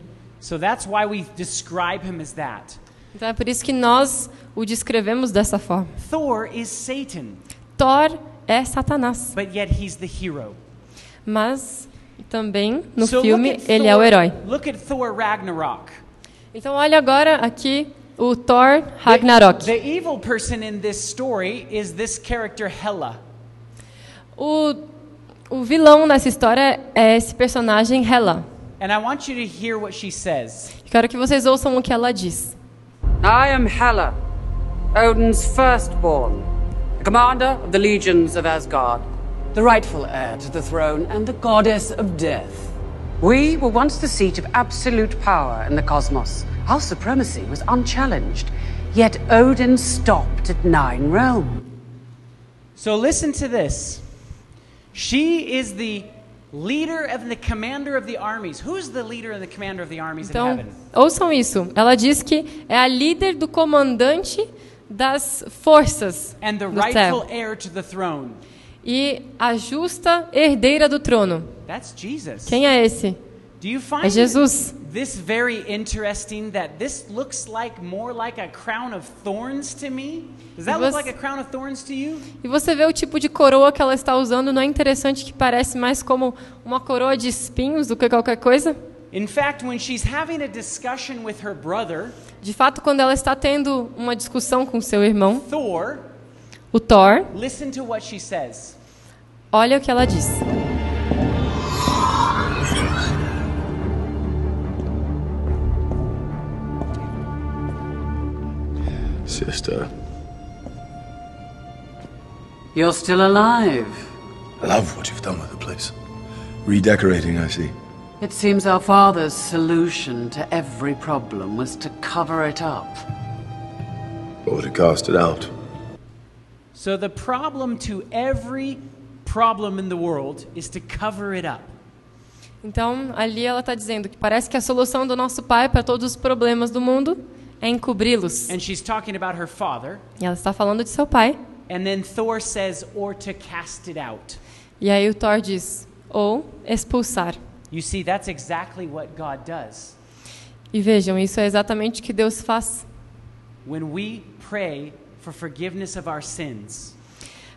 Speaker 1: So that's why we describe him as that.
Speaker 2: Então é por isso que nós o descrevemos dessa forma.
Speaker 1: Thor is Satan,
Speaker 2: Thor é Satanás,
Speaker 1: but yet he's the hero.
Speaker 2: mas também no
Speaker 1: So look
Speaker 2: filme
Speaker 1: at
Speaker 2: ele é
Speaker 1: Thor-
Speaker 2: o herói.
Speaker 1: Look at Thor Ragnarok.
Speaker 2: Então olha agora aqui o Thor Ragnarok.
Speaker 1: The evil person in this story is this character Hela.
Speaker 2: O, o vilão nessa história é esse personagem Hela.
Speaker 1: And I want you to hear what she says.
Speaker 2: Quero que vocês ouçam o que ela diz.
Speaker 12: I am Hela, Odin's firstborn, the commander of the legions of Asgard, the rightful heir to the throne, and the goddess of death. We were once the seat of absolute power in the cosmos. Our supremacy was unchallenged, yet Odin stopped at nine realms.
Speaker 1: So listen to this. She is the leader and the commander of the armies. Who's the leader and the commander of the armies in
Speaker 2: Então,
Speaker 1: heaven?
Speaker 2: ouçam isso. Ela diz que é a líder do comandante das forças
Speaker 1: And the
Speaker 2: do céu
Speaker 1: rightful heir to the throne.
Speaker 2: e a justa herdeira do trono.
Speaker 1: That's Jesus.
Speaker 2: Quem é esse?
Speaker 1: Do you find
Speaker 2: É Jesus.
Speaker 1: this very interesting that this looks like more like a crown of thorns to me? Does that
Speaker 2: It
Speaker 1: look
Speaker 2: was-
Speaker 1: like a crown of thorns to you?
Speaker 2: E você vê o tipo de coroa que ela está usando, não é interessante que parece mais como uma coroa de espinhos do que qualquer coisa?
Speaker 1: In fact, when she's having a discussion with her brother,
Speaker 2: De fato, quando ela está tendo uma discussão com seu irmão,
Speaker 1: Thor,
Speaker 2: o Thor,
Speaker 1: listen to what she says.
Speaker 2: olha o que ela diz.
Speaker 10: Sister.
Speaker 12: You're still alive.
Speaker 10: I love what you've done with the place. Redecorating, I see.
Speaker 12: It seems our father's solution to every problem was to cover it up.
Speaker 10: Or to cast it out.
Speaker 1: So, the problem to every problem in the world is to cover it up.
Speaker 2: Então, ali ela está dizendo que parece que a solução do nosso pai para todos os problemas do mundo é encobri-los.
Speaker 1: And she's talking about her father.
Speaker 2: E ela está falando de seu pai.
Speaker 1: And then Thor says, or to cast it out.
Speaker 2: E aí o Thor diz: ou expulsar.
Speaker 1: You see, that's exactly what God does.
Speaker 2: E vejam, isso é exatamente o que Deus faz.
Speaker 1: When we pray for forgiveness of our sins,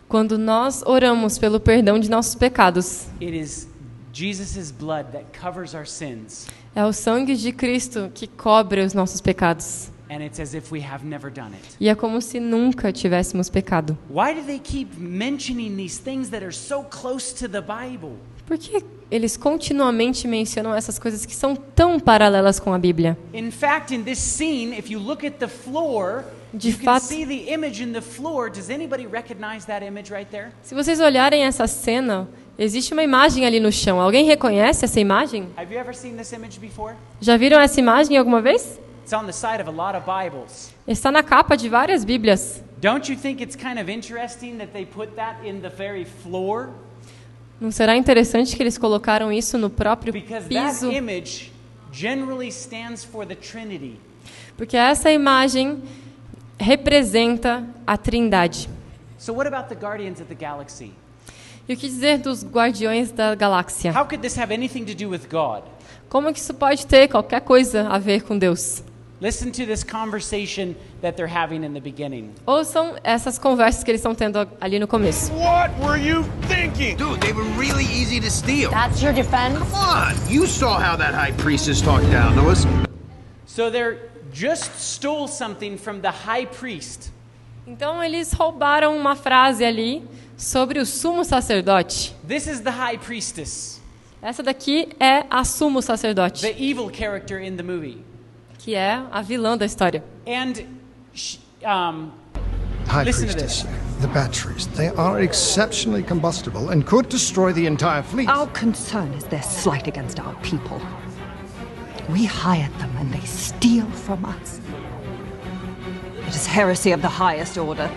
Speaker 2: Quando nós oramos pelo perdão de nossos pecados,
Speaker 1: it is Jesus' blood that covers our sins,
Speaker 2: É o sangue de Cristo que cobre os nossos pecados.
Speaker 1: and it's as if we have never done it.
Speaker 2: E é como se nunca tivéssemos pecado.
Speaker 1: Why do they keep mentioning these things that are so close to the Bible?
Speaker 2: Por que eles continuamente mencionam essas coisas que são tão paralelas com a Bíblia?
Speaker 1: In fact, in this scene, if you look at the floor,
Speaker 2: De
Speaker 1: you can
Speaker 2: fato-
Speaker 1: see the image in the floor. Does anybody recognize that image right there?
Speaker 2: Se vocês olharem essa cena, existe uma imagem ali no chão. Alguém reconhece essa imagem?
Speaker 1: Have you ever seen this image before?
Speaker 2: Já viram essa imagem alguma vez?
Speaker 1: It's on the side of a lot of Bibles.
Speaker 2: Está na capa de várias Bíblias.
Speaker 1: Don't you think it's kind of interesting that they put that in the very floor?
Speaker 2: Não será interessante que eles colocaram isso no próprio
Speaker 1: Because that
Speaker 2: piso?
Speaker 1: image generally stands for the Trinity.
Speaker 2: Porque essa imagem representa a Trindade.
Speaker 1: So, what about the Guardians of the Galaxy?
Speaker 2: E o que dizer dos Guardiões da Galáxia?
Speaker 1: How could this have anything to do with God?
Speaker 2: Como que isso pode ter qualquer coisa a ver com Deus?
Speaker 1: Listen to this conversation that they're having in the beginning.
Speaker 2: Ouçam essas conversas que eles estão tendo ali no começo.
Speaker 11: What were you thinking? Dude, they were really easy to steal. That's your defense? Come on. You saw how that high priestess talked down to us.
Speaker 1: So they're just stole something from the high priest.
Speaker 2: Então eles roubaram uma frase ali sobre o sumo sacerdote.
Speaker 1: This is the high priestess,
Speaker 2: Essa daqui é a sumo sacerdote,
Speaker 1: the evil character in the movie.
Speaker 2: que é a vilã da história.
Speaker 1: And she, um,
Speaker 13: High
Speaker 1: Listen to
Speaker 13: Priestess, the batteries, they are exceptionally combustible and could destroy the entire fleet.
Speaker 11: Oh.
Speaker 14: Our concern is their slight against our people. We hired them and they steal from us. It is heresy of the highest order.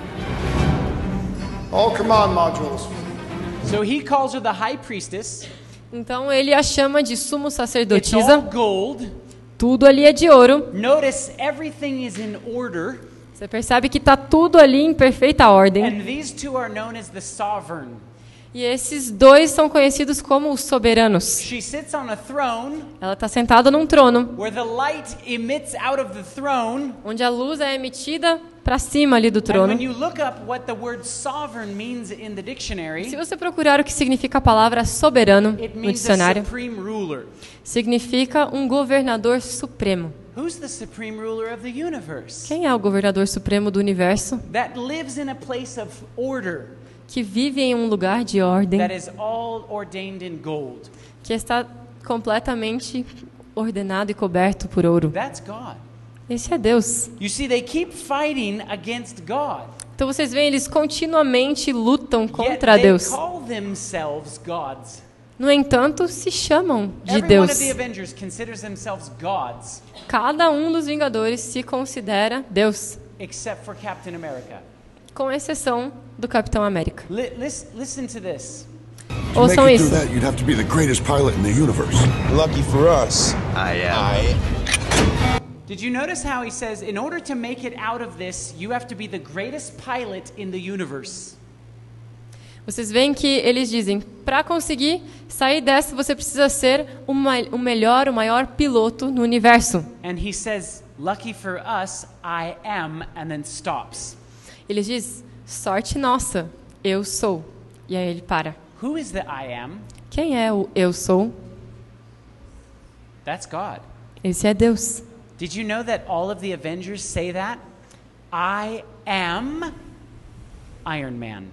Speaker 13: All command modules.
Speaker 1: so he calls her the high priestess.
Speaker 2: Então ele a chama de sumo
Speaker 1: It's all
Speaker 2: sacerdotisa.
Speaker 1: gold.
Speaker 2: Tudo ali é de ouro.
Speaker 1: Notice everything is in order,
Speaker 2: Você percebe que está tudo ali em perfeita ordem.
Speaker 1: and these two are known as the sovereign.
Speaker 2: E esses dois são conhecidos como os soberanos.
Speaker 1: She sits on a throne
Speaker 2: Ela está sentada num trono,
Speaker 1: where the light emits out of the throne.
Speaker 2: onde a luz é emitida para cima ali do
Speaker 1: And
Speaker 2: trono.
Speaker 1: when you look up what the word sovereign means in the dictionary,
Speaker 2: Se você procurar o que significa a palavra soberano
Speaker 1: it
Speaker 2: no
Speaker 1: means the
Speaker 2: dicionário,
Speaker 1: supreme ruler.
Speaker 2: significa um governador supremo.
Speaker 1: Who's the supreme ruler of the universe?
Speaker 2: Quem é o governador supremo do universo
Speaker 1: That lives in a place of order
Speaker 2: que vive em um lugar de ordem
Speaker 1: that is all ordained in gold.
Speaker 2: que está completamente ordenado e coberto por ouro?
Speaker 1: That's God.
Speaker 2: Esse é Deus.
Speaker 1: You see, they keep fighting against God.
Speaker 2: Então vocês veem, eles continuamente lutam
Speaker 1: Yet
Speaker 2: contra
Speaker 1: they
Speaker 2: Deus.
Speaker 1: call themselves gods.
Speaker 2: No entanto, se chamam de
Speaker 1: Every one
Speaker 2: Deus.
Speaker 1: of the Avengers considers themselves gods,
Speaker 2: Cada um dos Vingadores se considera Deus,
Speaker 1: except for Captain America.
Speaker 2: com exceção do Capitão América.
Speaker 1: Li- lis- listen to this.
Speaker 10: To make
Speaker 2: Ouçam
Speaker 10: it do
Speaker 2: isso.
Speaker 10: that, you'd have to be the greatest pilot in the universe. Lucky for us. I am.
Speaker 1: Did you notice how he says, in order to make it out of this, you have to be the greatest pilot in the universe?
Speaker 2: Vocês veem que eles dizem: para conseguir sair dessa, você precisa ser o, ma- o melhor, o maior piloto no universo.
Speaker 1: And he says, lucky for us, I am, and then stops.
Speaker 2: Eles dizem: sorte nossa, eu sou. E aí ele para.
Speaker 1: Who is the I am?
Speaker 2: Quem é o eu sou?
Speaker 1: That's God.
Speaker 2: Esse é Deus.
Speaker 1: Did you know that all of the Avengers say that? I am Iron Man.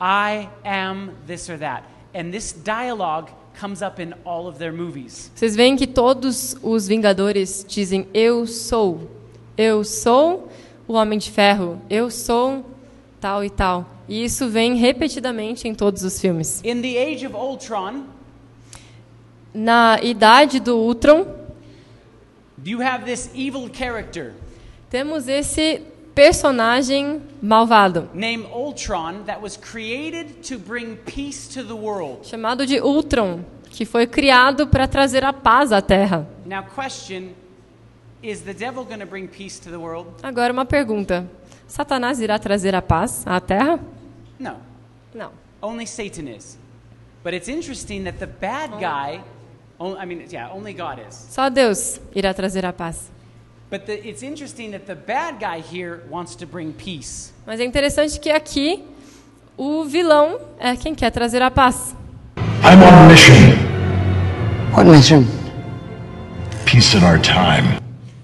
Speaker 1: I am this or that. And this dialogue comes up in all of their movies.
Speaker 2: Vocês veem que todos os Vingadores dizem: Eu sou. Eu sou o Homem de Ferro. Eu sou tal e tal. E isso vem repetidamente em todos os filmes.
Speaker 1: In the Age of Ultron,
Speaker 2: Na idade do Ultron,
Speaker 1: you have this evil character
Speaker 2: temos esse personagem malvado,
Speaker 1: named Ultron that was created to bring peace to the world.
Speaker 2: chamado de Ultron, que foi criado para trazer a paz à Terra.
Speaker 1: Now, question is the devil going to bring peace to the world?
Speaker 2: Agora uma pergunta: Satanás irá trazer a paz à Terra?
Speaker 1: No.
Speaker 2: No.
Speaker 1: Only Satan is. But it's interesting that the bad guy, on, I mean, yeah, only God is.
Speaker 2: Só Deus irá trazer a paz.
Speaker 1: But the, it's interesting that the bad guy here wants to bring peace.
Speaker 2: Mas é interessante que aqui o vilão é quem quer trazer a paz.
Speaker 15: I'm on a mission.
Speaker 16: What mission?
Speaker 15: Peace in our time.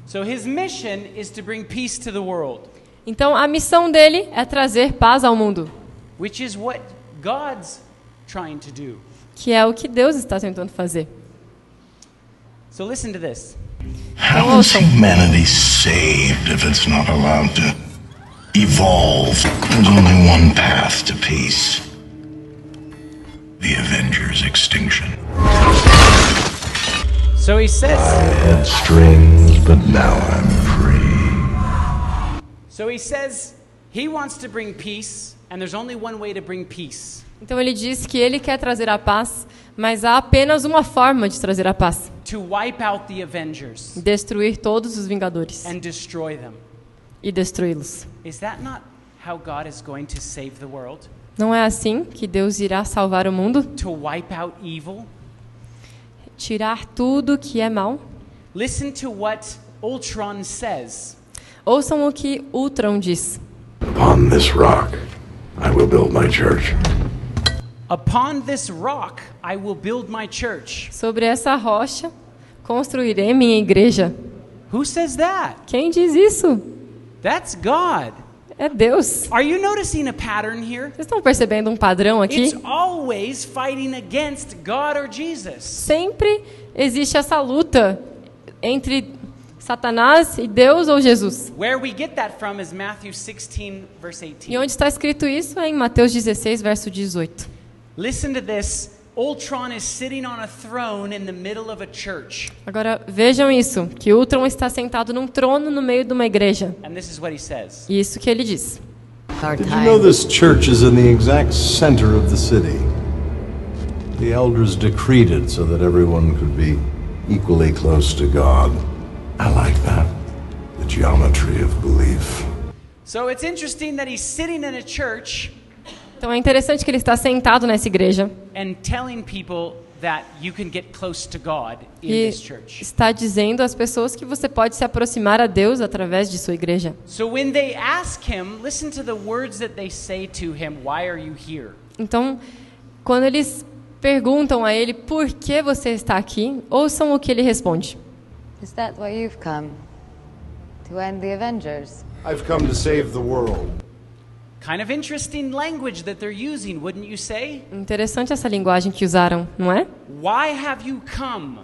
Speaker 1: So his mission is to bring peace to the world,
Speaker 2: Então a missão dele é trazer paz ao mundo,
Speaker 1: which is what God's trying to do.
Speaker 2: que é o que Deus está tentando fazer.
Speaker 1: So listen to this.
Speaker 15: How is humanity saved if it's not allowed to evolve? There's only one path to peace the Avengers' extinction.
Speaker 1: So he says,
Speaker 6: Had strings, but now I'm free.
Speaker 1: so he says he wants to bring peace, and there's only one way to bring peace.
Speaker 2: Então ele diz que ele quer trazer a paz, mas há apenas uma forma de trazer a paz:
Speaker 1: to wipe out the Avengers
Speaker 2: destruir todos os Vingadores
Speaker 1: and destroy them.
Speaker 2: e destruí-los.
Speaker 1: Is that not how God is going to save the world?
Speaker 2: Não é assim que Deus irá salvar o mundo?
Speaker 1: To wipe out evil?
Speaker 2: Tirar tudo que é mal?
Speaker 1: Listen to what Ultron says.
Speaker 2: Ouçam o que Ultron diz.
Speaker 6: Upon this rock, I will build my church.
Speaker 1: Upon this rock I will build my church.
Speaker 2: Sobre essa rocha construirei minha igreja.
Speaker 1: Who says that?
Speaker 2: Quem diz isso?
Speaker 1: That's God.
Speaker 2: É Deus.
Speaker 1: Are you noticing a pattern here?
Speaker 2: Vocês estão percebendo um padrão aqui?
Speaker 1: It's always fighting against God or Jesus.
Speaker 2: Sempre existe essa luta entre Satanás e Deus ou Jesus.
Speaker 1: Where we get that from is Matthew 16 verse 18.
Speaker 2: E onde está escrito isso é em Mateus 16, verso 18.
Speaker 1: Listen to this. Ultron is sitting on a throne in the middle of a church.
Speaker 2: Agora vejam isso, que Ultron está sentado num trono no meio de uma igreja.
Speaker 1: And this is what he says.
Speaker 2: E isso que ele diz.
Speaker 17: Did you know this church is in the exact center of the city? The elders decreed it so that everyone could be equally close to God. I like that. The geometry of belief.
Speaker 1: So it's interesting that he's sitting in a church
Speaker 2: Então é interessante que ele está sentado nessa igreja
Speaker 1: and telling people that you can get close to God in
Speaker 2: e
Speaker 1: this church.
Speaker 2: está dizendo às pessoas que você pode se aproximar a Deus através de sua igreja.
Speaker 1: So when they ask him, listen to the words that they say to him, why are you here?
Speaker 2: Então, quando eles perguntam a ele por que você está aqui, ouçam o que ele responde.
Speaker 18: Is that why you've come? To end the Avengers?
Speaker 17: I've come to save the world.
Speaker 1: Kind of interesting language that they're using, wouldn't you say?
Speaker 2: Interessante essa linguagem que usaram, não é?
Speaker 1: Why have you come?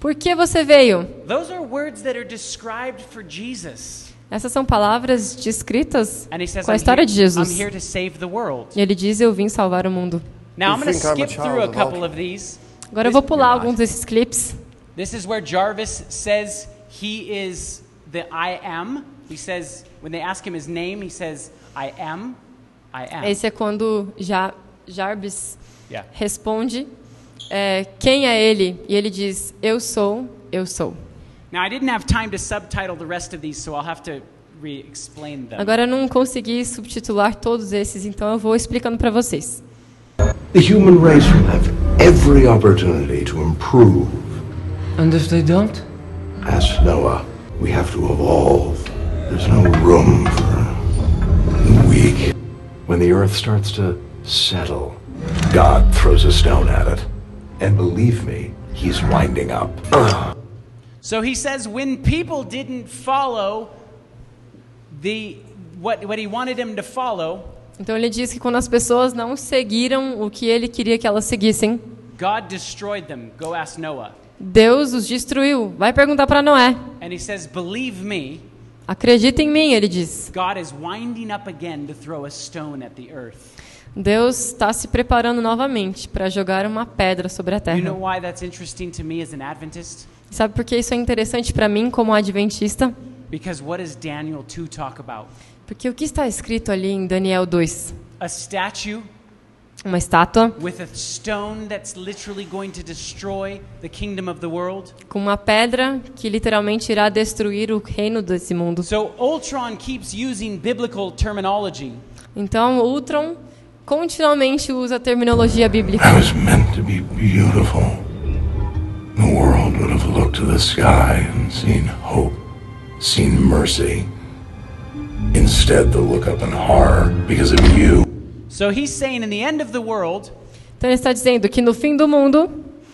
Speaker 2: Por que você veio?
Speaker 1: Those are words that are described for Jesus.
Speaker 2: Essas são palavras descritas
Speaker 1: And he says,
Speaker 2: com a
Speaker 1: I'm
Speaker 2: história
Speaker 1: here-
Speaker 2: de
Speaker 1: I'm
Speaker 2: Jesus.
Speaker 1: here to save the world.
Speaker 2: E ele diz: Eu vim salvar o mundo.
Speaker 1: Now
Speaker 2: You
Speaker 1: I'm going to
Speaker 2: think I'm a
Speaker 1: skip
Speaker 2: child
Speaker 1: through a
Speaker 2: of
Speaker 1: couple of these.
Speaker 2: Agora eu vou pular alguns desses clipes.
Speaker 1: This is where Jarvis says he is the I am. He says, when they ask him his name, he says, I am, I am.
Speaker 2: Esse é quando ja Jarbes
Speaker 1: Ah. Yeah.
Speaker 2: responde é, quem é ele e ele diz eu sou eu sou.
Speaker 1: Now, I didn't have time to subtitle the rest of these, so I'll have to re explain them.
Speaker 2: Agora eu não consegui subtitular todos esses, então eu vou explicando para vocês.
Speaker 6: The human race will have every opportunity to improve.
Speaker 19: And if they don't?
Speaker 6: Ask Noah. We have to evolve. There's no room for the weak. When the earth starts to settle, God throws a stone at it. And believe me, he's winding up. Ugh.
Speaker 1: So he says, when people didn't follow the, what, what he wanted them to follow,
Speaker 2: Então ele diz que quando as pessoas não seguiram o que ele queria que elas seguissem,
Speaker 1: God destroyed them. Go ask Noah.
Speaker 2: Deus os destruiu. Vai perguntar para Noé.
Speaker 1: And he says, Believe me,
Speaker 2: Acredita em mim, ele diz.
Speaker 1: God is winding up again to throw a stone at the earth.
Speaker 2: Deus está se preparando novamente para jogar uma pedra sobre a
Speaker 1: You know
Speaker 2: terra.
Speaker 1: why that's interesting to me as an Adventist?
Speaker 2: Sabe por que isso é interessante para mim como adventista?
Speaker 1: Because what does Daniel 2 talk about?
Speaker 2: Porque o que está escrito ali em Daniel 2?
Speaker 1: A statue
Speaker 2: Uma estátua
Speaker 1: with a stone that's literally going to destroy the kingdom of the world.
Speaker 2: com uma pedra que literalmente irá destruir o reino desse mundo.
Speaker 1: So Ultron keeps using biblical terminology.
Speaker 2: Então, Ultron continuamente usa a terminologia bíblica.
Speaker 6: I was meant to be beautiful. The world would have looked to the sky and seen hope, seen mercy. Instead, they'll look up in horror because of you.
Speaker 1: So he's saying in the end of the world,
Speaker 2: Então, ele está dizendo que no fim do mundo,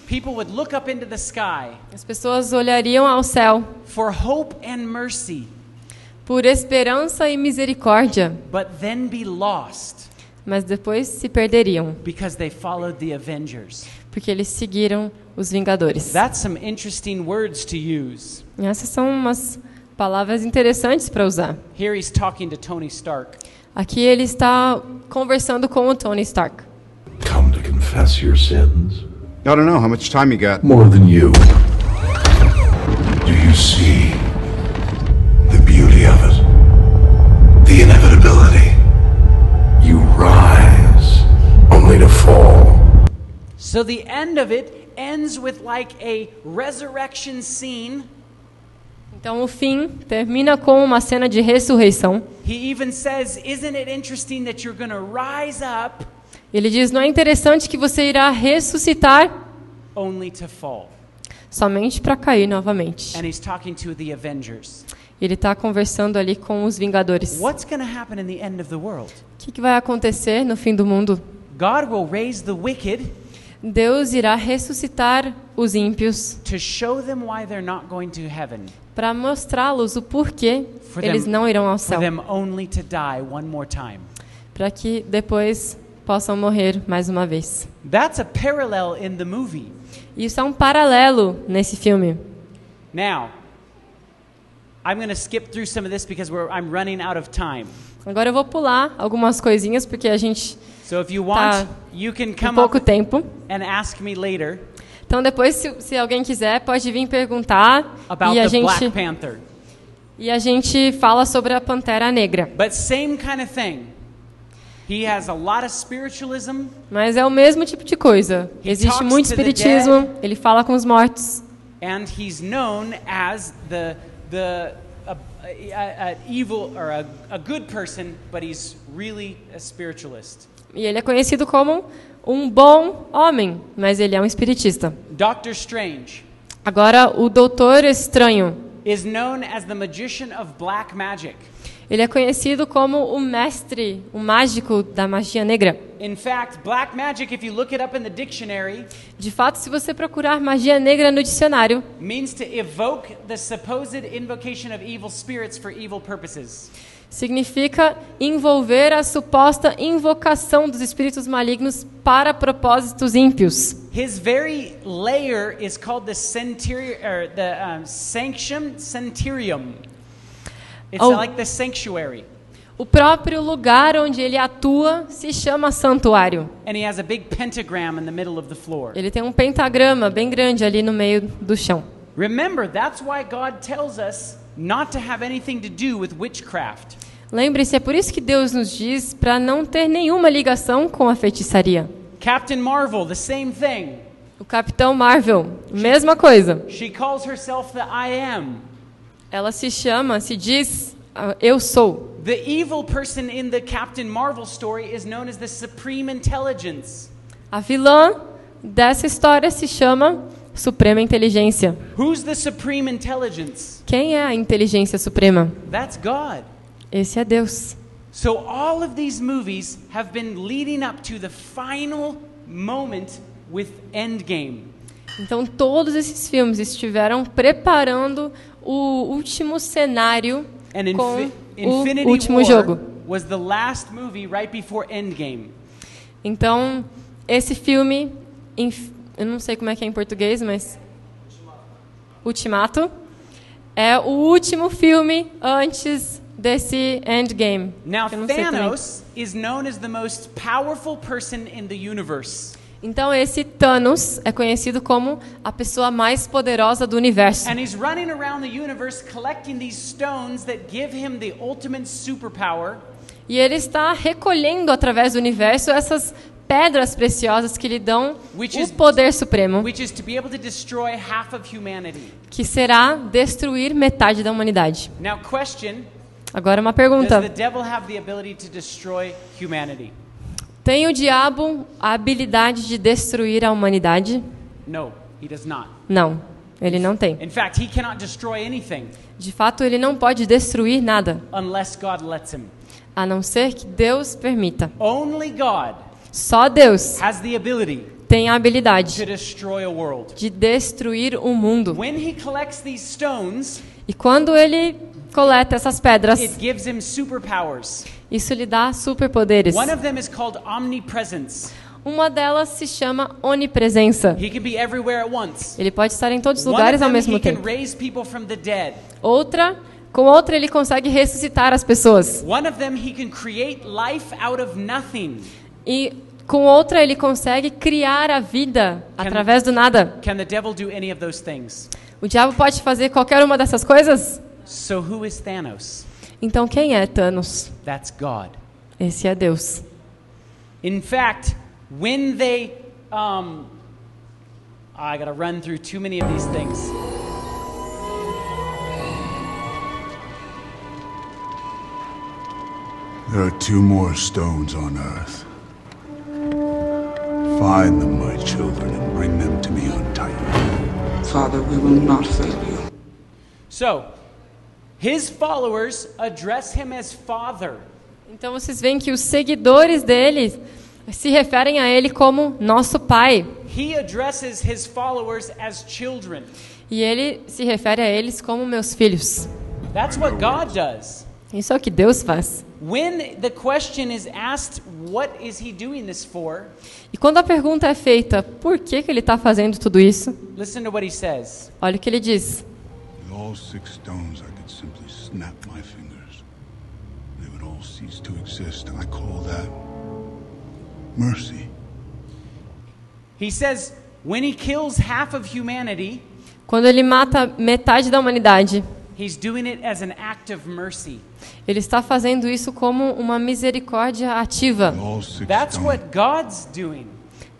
Speaker 1: people would look up into the sky
Speaker 2: as pessoas olhariam ao céu
Speaker 1: for hope and mercy,
Speaker 2: por esperança e misericórdia,
Speaker 1: but then be lost
Speaker 2: mas depois se perderiam,
Speaker 1: because they followed the Avengers.
Speaker 2: porque eles seguiram os Vingadores.
Speaker 1: That's some interesting words to use.
Speaker 2: E Essas são umas palavras interessantes para usar.
Speaker 1: Here he's talking to Tony Stark.
Speaker 2: Aqui ele está conversando com o Tony Stark.
Speaker 6: Come to confess your sins.
Speaker 4: I don't know how much time you got.
Speaker 6: More than you. Do you see the beauty of it? The inevitability. You rise only to fall.
Speaker 1: So the end of it ends with like a resurrection scene.
Speaker 2: Então o fim termina com uma cena de ressurreição.
Speaker 1: He even says, Isn't it interesting that you're going to rise up
Speaker 2: Ele diz: Não é interessante que você irá ressuscitar
Speaker 1: only to fall?
Speaker 2: somente para cair novamente.
Speaker 1: and he's talking to the Avengers.
Speaker 2: E Ele está conversando ali com os Vingadores. O
Speaker 1: What's going to happen in the end of the world?
Speaker 2: que, que vai acontecer no fim do mundo?
Speaker 1: God will raise the wicked
Speaker 2: Deus irá ressuscitar os ímpios
Speaker 1: to show them why they're not going to heaven,
Speaker 2: para mostrá-los o porquê
Speaker 1: for
Speaker 2: eles
Speaker 1: them,
Speaker 2: não irão ao
Speaker 1: for
Speaker 2: céu,
Speaker 1: them only to die one more time.
Speaker 2: para que depois possam morrer mais uma vez.
Speaker 1: That's a parallel in the movie.
Speaker 2: Isso é um paralelo nesse filme.
Speaker 1: Now, I'm going to skip through some of this because we're, I'm running out of time.
Speaker 2: Agora eu vou pular algumas coisinhas porque a gente
Speaker 1: So if you want,
Speaker 2: Tá.
Speaker 1: you can
Speaker 2: tem
Speaker 1: come
Speaker 2: pouco
Speaker 1: up
Speaker 2: tempo.
Speaker 1: and ask me later
Speaker 2: Então depois, se, se alguém quiser, pode vir perguntar
Speaker 1: about
Speaker 2: e a
Speaker 1: the
Speaker 2: gente
Speaker 1: Black Panther.
Speaker 2: e a gente fala sobre a Pantera Negra.
Speaker 1: But same kind of thing. He has a lot of spiritualism.
Speaker 2: Mas é o mesmo tipo de coisa.
Speaker 1: He
Speaker 2: Existe
Speaker 1: talks
Speaker 2: muito
Speaker 1: to the
Speaker 2: espiritismo. Ele fala com os mortos.
Speaker 1: and he's known as the the a, a, a evil or a, a good person, but he's really a spiritualist.
Speaker 2: E ele é conhecido como um bom homem, mas ele é um espiritista.
Speaker 1: Doctor Strange
Speaker 2: Agora, o Doutor Estranho.
Speaker 1: is known as the magician of black magic.
Speaker 2: Ele é conhecido como o mestre, o mágico da magia negra.
Speaker 1: In fact, black magic, if you look it up in the dictionary,
Speaker 2: De fato, se você procurar magia negra no dicionário,
Speaker 1: means to evoke the supposed invocation of evil spirits for evil purposes.
Speaker 2: significa envolver a suposta invocação dos espíritos malignos para propósitos ímpios.
Speaker 1: His very layer is called the centuri- or the um, sanctum centurium. It's
Speaker 2: Oh.
Speaker 1: like the sanctuary.
Speaker 2: O próprio lugar onde ele atua se chama santuário.
Speaker 1: And he has a big pentagram in the middle of the floor.
Speaker 2: Ele tem um pentagrama bem grande ali no meio do chão.
Speaker 1: Remember, that's why God tells us not to have anything to do with witchcraft.
Speaker 2: Lembre-se, é por isso que Deus nos diz para não ter nenhuma ligação com a feitiçaria.
Speaker 1: Captain Marvel, the same thing.
Speaker 2: O Capitão Marvel, mesma coisa.
Speaker 1: She calls herself the I am.
Speaker 2: Ela se chama, se diz, ah, eu sou.
Speaker 1: The evil person in the Captain Marvel story is known as the Supreme Intelligence.
Speaker 2: A vilã dessa história se chama Suprema Inteligência.
Speaker 1: Who's the Supreme Intelligence?
Speaker 2: Quem é a inteligência suprema?
Speaker 1: That's God.
Speaker 2: Esse é Deus.
Speaker 1: So all of these movies have been leading up to the final moment with Endgame.
Speaker 2: Então, todos esses filmes estiveram preparando o último cenário
Speaker 1: And infi-
Speaker 2: com
Speaker 1: Infinity
Speaker 2: o último
Speaker 1: War
Speaker 2: jogo.
Speaker 1: was the last movie right before Endgame.
Speaker 2: Então, esse filme, inf- eu não sei como é que é em português, mas Ultimato é o último filme antes desse Endgame.
Speaker 1: Now
Speaker 2: Eu não sei também.
Speaker 1: Thanos is known as the most powerful person in the universe.
Speaker 2: Então, esse Thanos é conhecido como a pessoa mais poderosa do universo.
Speaker 1: And he's running around the universe collecting these stones that give him the ultimate superpower
Speaker 2: E ele está recolhendo através do universo essas pedras preciosas que lhe dão
Speaker 1: Which is-
Speaker 2: o poder supremo,
Speaker 1: which is to be able to destroy half of humanity.
Speaker 2: que será destruir metade da humanidade.
Speaker 1: Now question,
Speaker 2: Agora uma
Speaker 1: does the
Speaker 2: pergunta.
Speaker 1: devil have the ability to destroy humanity?
Speaker 2: Tem o diabo a habilidade de destruir a humanidade?
Speaker 1: No, he does not.
Speaker 2: Não, ele não tem.
Speaker 1: In fact, he cannot destroy anything
Speaker 2: De fato, ele não pode destruir nada,
Speaker 1: unless God lets him.
Speaker 2: a não ser que Deus permita.
Speaker 1: Only God
Speaker 2: Só Deus
Speaker 1: has the ability
Speaker 2: tem a habilidade
Speaker 1: to destroy a world.
Speaker 2: de destruir o mundo.
Speaker 1: When he collects these stones,
Speaker 2: E quando ele coleta essas pedras,
Speaker 1: it gives him superpowers.
Speaker 2: isso lhe dá superpoderes.
Speaker 1: One of them is called omnipresence.
Speaker 2: Uma delas se chama onipresença.
Speaker 1: He can be everywhere at once.
Speaker 2: Ele pode estar em todos os
Speaker 1: One of
Speaker 2: lugares ao
Speaker 1: them,
Speaker 2: mesmo
Speaker 1: he can
Speaker 2: tempo.
Speaker 1: raise people from the dead.
Speaker 2: Outra, com outra ele consegue ressuscitar as pessoas.
Speaker 1: One of them, he can create life out of nothing.
Speaker 2: E com outra ele consegue criar a vida através do nada.
Speaker 1: Can the devil do any of those things?
Speaker 2: O diabo pode fazer qualquer uma dessas coisas?
Speaker 1: So who is Thanos?
Speaker 2: Então quem é Thanos?
Speaker 1: That's God.
Speaker 2: Esse é Deus.
Speaker 1: In fact, when they, um, I gotta run through too many of these things.
Speaker 15: There are two more stones on Earth. Find them, my children, and bring them to me on Titan.
Speaker 20: Father, we will not fail you.
Speaker 1: So, his followers address him as Father.
Speaker 2: Então vocês veem que os seguidores dele se referem a ele como nosso pai.
Speaker 1: He addresses his followers as children.
Speaker 2: E ele se refere a eles como meus filhos.
Speaker 1: That's what God does.
Speaker 2: Isso é o que Deus faz.
Speaker 1: When the question is asked, what is he doing this for?
Speaker 2: E quando a pergunta é feita, por que, que ele está fazendo tudo isso?
Speaker 1: Listen to what he says.
Speaker 2: Olha o que ele diz.
Speaker 15: With all six stones, I could simply snap my fingers. They would all cease to exist, and I call that mercy.
Speaker 1: He says, when he kills half of humanity,
Speaker 2: Quando ele mata metade da humanidade,
Speaker 1: he's doing it as an act of mercy.
Speaker 2: ele está fazendo isso como uma misericórdia ativa.
Speaker 1: That's what God's doing.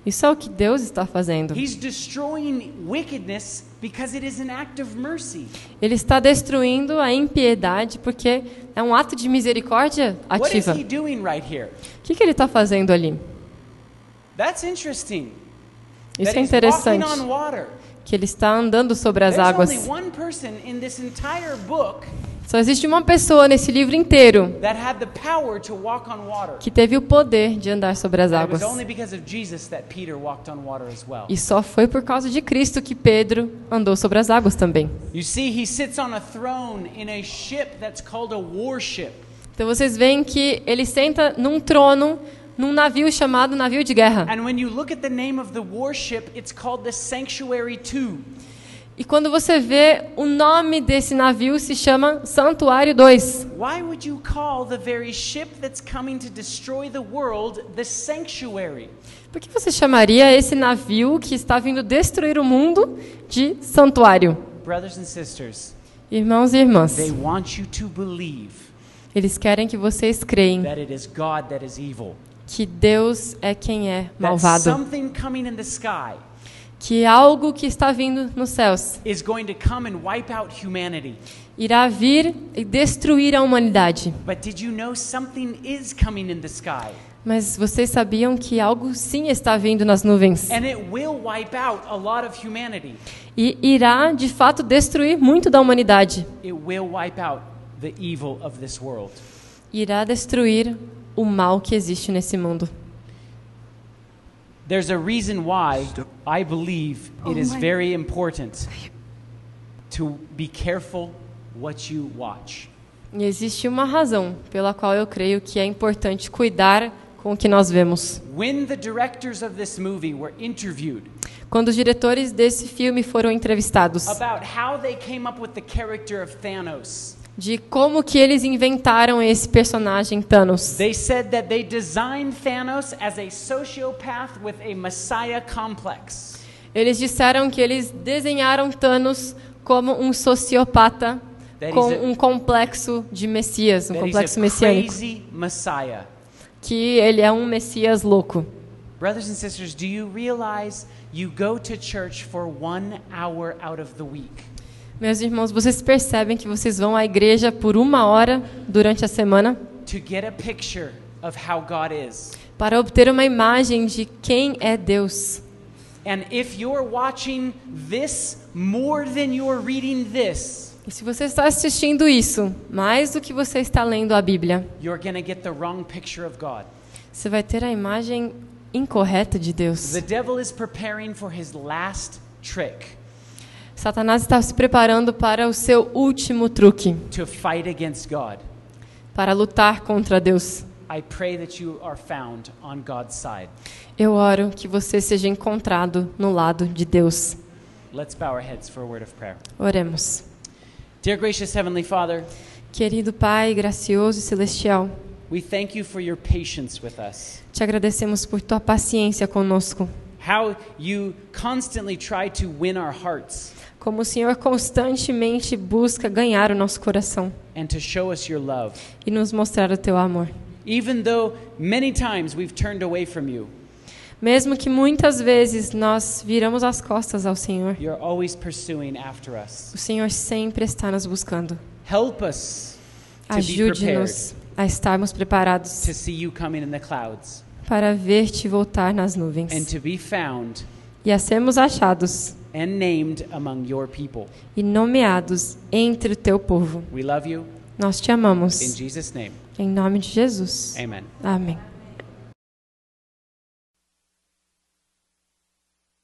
Speaker 2: Isso é o que Deus está fazendo.
Speaker 1: He's destroying wickedness because it is an act of mercy.
Speaker 2: Ele está destruindo a impiedade porque é um ato de misericórdia
Speaker 1: What is
Speaker 2: ativa.
Speaker 1: he doing right here?
Speaker 2: O que, que ele está fazendo ali?
Speaker 1: That's interesting.
Speaker 2: Isso
Speaker 1: That
Speaker 2: é
Speaker 1: he's walking
Speaker 2: interessante.
Speaker 1: on water.
Speaker 2: Que ele está andando sobre as
Speaker 1: There's
Speaker 2: águas.
Speaker 1: only one person in this entire book
Speaker 2: Só existe uma pessoa nesse livro inteiro
Speaker 1: that had the power to walk on water.
Speaker 2: que teve o poder de andar sobre as
Speaker 1: And It
Speaker 2: águas.
Speaker 1: was only because of Jesus that Peter walked on water as well.
Speaker 2: E só foi por causa de Cristo que Pedro andou sobre as águas também.
Speaker 1: You see, he sits on a throne in a ship that's called a warship.
Speaker 2: Então vocês veem que ele senta num trono num navio chamado navio de guerra.
Speaker 1: And when you look at the name of the warship, it's called the Sanctuary 2.
Speaker 2: E quando você vê o nome desse navio se chama Santuário 2.
Speaker 1: Why would you call the very ship that's coming to destroy the world the Sanctuary?
Speaker 2: Por que você chamaria esse navio que está vindo destruir o mundo de santuário?
Speaker 1: Brothers and sisters,
Speaker 2: Irmãos e irmãs,
Speaker 1: they want you to believe
Speaker 2: eles querem que vocês creem
Speaker 1: that it is God that is evil.
Speaker 2: que Deus é quem é
Speaker 1: That
Speaker 2: malvado,
Speaker 1: something coming in the sky
Speaker 2: que algo que está vindo nos céus
Speaker 1: is going to come and wipe out humanity.
Speaker 2: irá vir e destruir a humanidade.
Speaker 1: But did you know something is coming in the sky?
Speaker 2: Mas vocês sabiam que algo sim está vindo nas nuvens
Speaker 1: And it will wipe out a lot of humanity.
Speaker 2: e irá de fato destruir muito da humanidade.
Speaker 1: It will wipe out the evil of this world.
Speaker 2: Irá destruir o mal que existe nesse mundo.
Speaker 1: There's a reason why I believe it
Speaker 14: Oh
Speaker 1: is
Speaker 14: my-
Speaker 1: very important to be careful what you watch.
Speaker 2: E existe uma razão pela qual eu creio que é importante cuidar com o que nós vemos.
Speaker 1: When the directors of this movie were interviewed
Speaker 2: Quando os diretores desse filme foram entrevistados
Speaker 1: about how they came up with the character of Thanos,
Speaker 2: de como que eles inventaram esse personagem Thanos,
Speaker 1: they said that they designed Thanos as a sociopath with a messiah complex.
Speaker 2: eles disseram que eles desenharam Thanos como um sociopata
Speaker 1: That
Speaker 2: com
Speaker 1: is a-
Speaker 2: um complexo de messias, um
Speaker 1: That he's
Speaker 2: complexo
Speaker 1: a
Speaker 2: messiânico,
Speaker 1: crazy messiah.
Speaker 2: que ele é um messias louco.
Speaker 1: Brothers and sisters, do you realize you go to church for one hour out of the week?
Speaker 2: Meus irmãos, vocês percebem que vocês vão à igreja por uma hora durante a semana
Speaker 1: to get a picture of how God is.
Speaker 2: para obter uma imagem de quem é Deus.
Speaker 1: And if you're watching this more than you're reading this,
Speaker 2: E se você está assistindo isso, mais do que você está lendo a Bíblia,
Speaker 1: you're going to get the wrong picture of God.
Speaker 2: você vai ter a imagem incorreta de Deus.
Speaker 1: The devil is preparing for his last trick
Speaker 2: Satanás está se preparando para o seu último truque,
Speaker 1: to fight against God.
Speaker 2: para lutar contra Deus.
Speaker 1: I pray that you are found on God's side.
Speaker 2: Eu oro que você seja encontrado no lado de Deus.
Speaker 1: Let's bow our heads for a word of prayer.
Speaker 2: Oremos.
Speaker 1: Dear gracious Heavenly Father,
Speaker 2: Querido Pai, gracioso e celestial,
Speaker 1: we thank you for your patience with us.
Speaker 2: te agradecemos por tua paciência conosco.
Speaker 1: How you constantly try to win our hearts
Speaker 2: Como o Senhor constantemente busca ganhar o nosso coração
Speaker 1: and to show us your love.
Speaker 2: e nos mostrar o teu amor.
Speaker 1: Even though many times we've turned away from you,
Speaker 2: Mesmo que muitas vezes nós viramos as costas ao Senhor,
Speaker 1: you're always pursuing after us.
Speaker 2: o Senhor sempre está nos buscando.
Speaker 1: Help us to be prepared
Speaker 2: Ajude-nos a estarmos preparados
Speaker 1: to see you coming in the clouds
Speaker 2: para ver-te voltar nas
Speaker 1: and
Speaker 2: nuvens
Speaker 1: to be found
Speaker 2: e a sermos achados
Speaker 1: and named among your people.
Speaker 2: e nomeados entre o teu povo.
Speaker 1: We love you.
Speaker 2: Nós te amamos.
Speaker 1: In Jesus' name.
Speaker 2: Em nome de Jesus.
Speaker 1: Amen.
Speaker 2: Amém.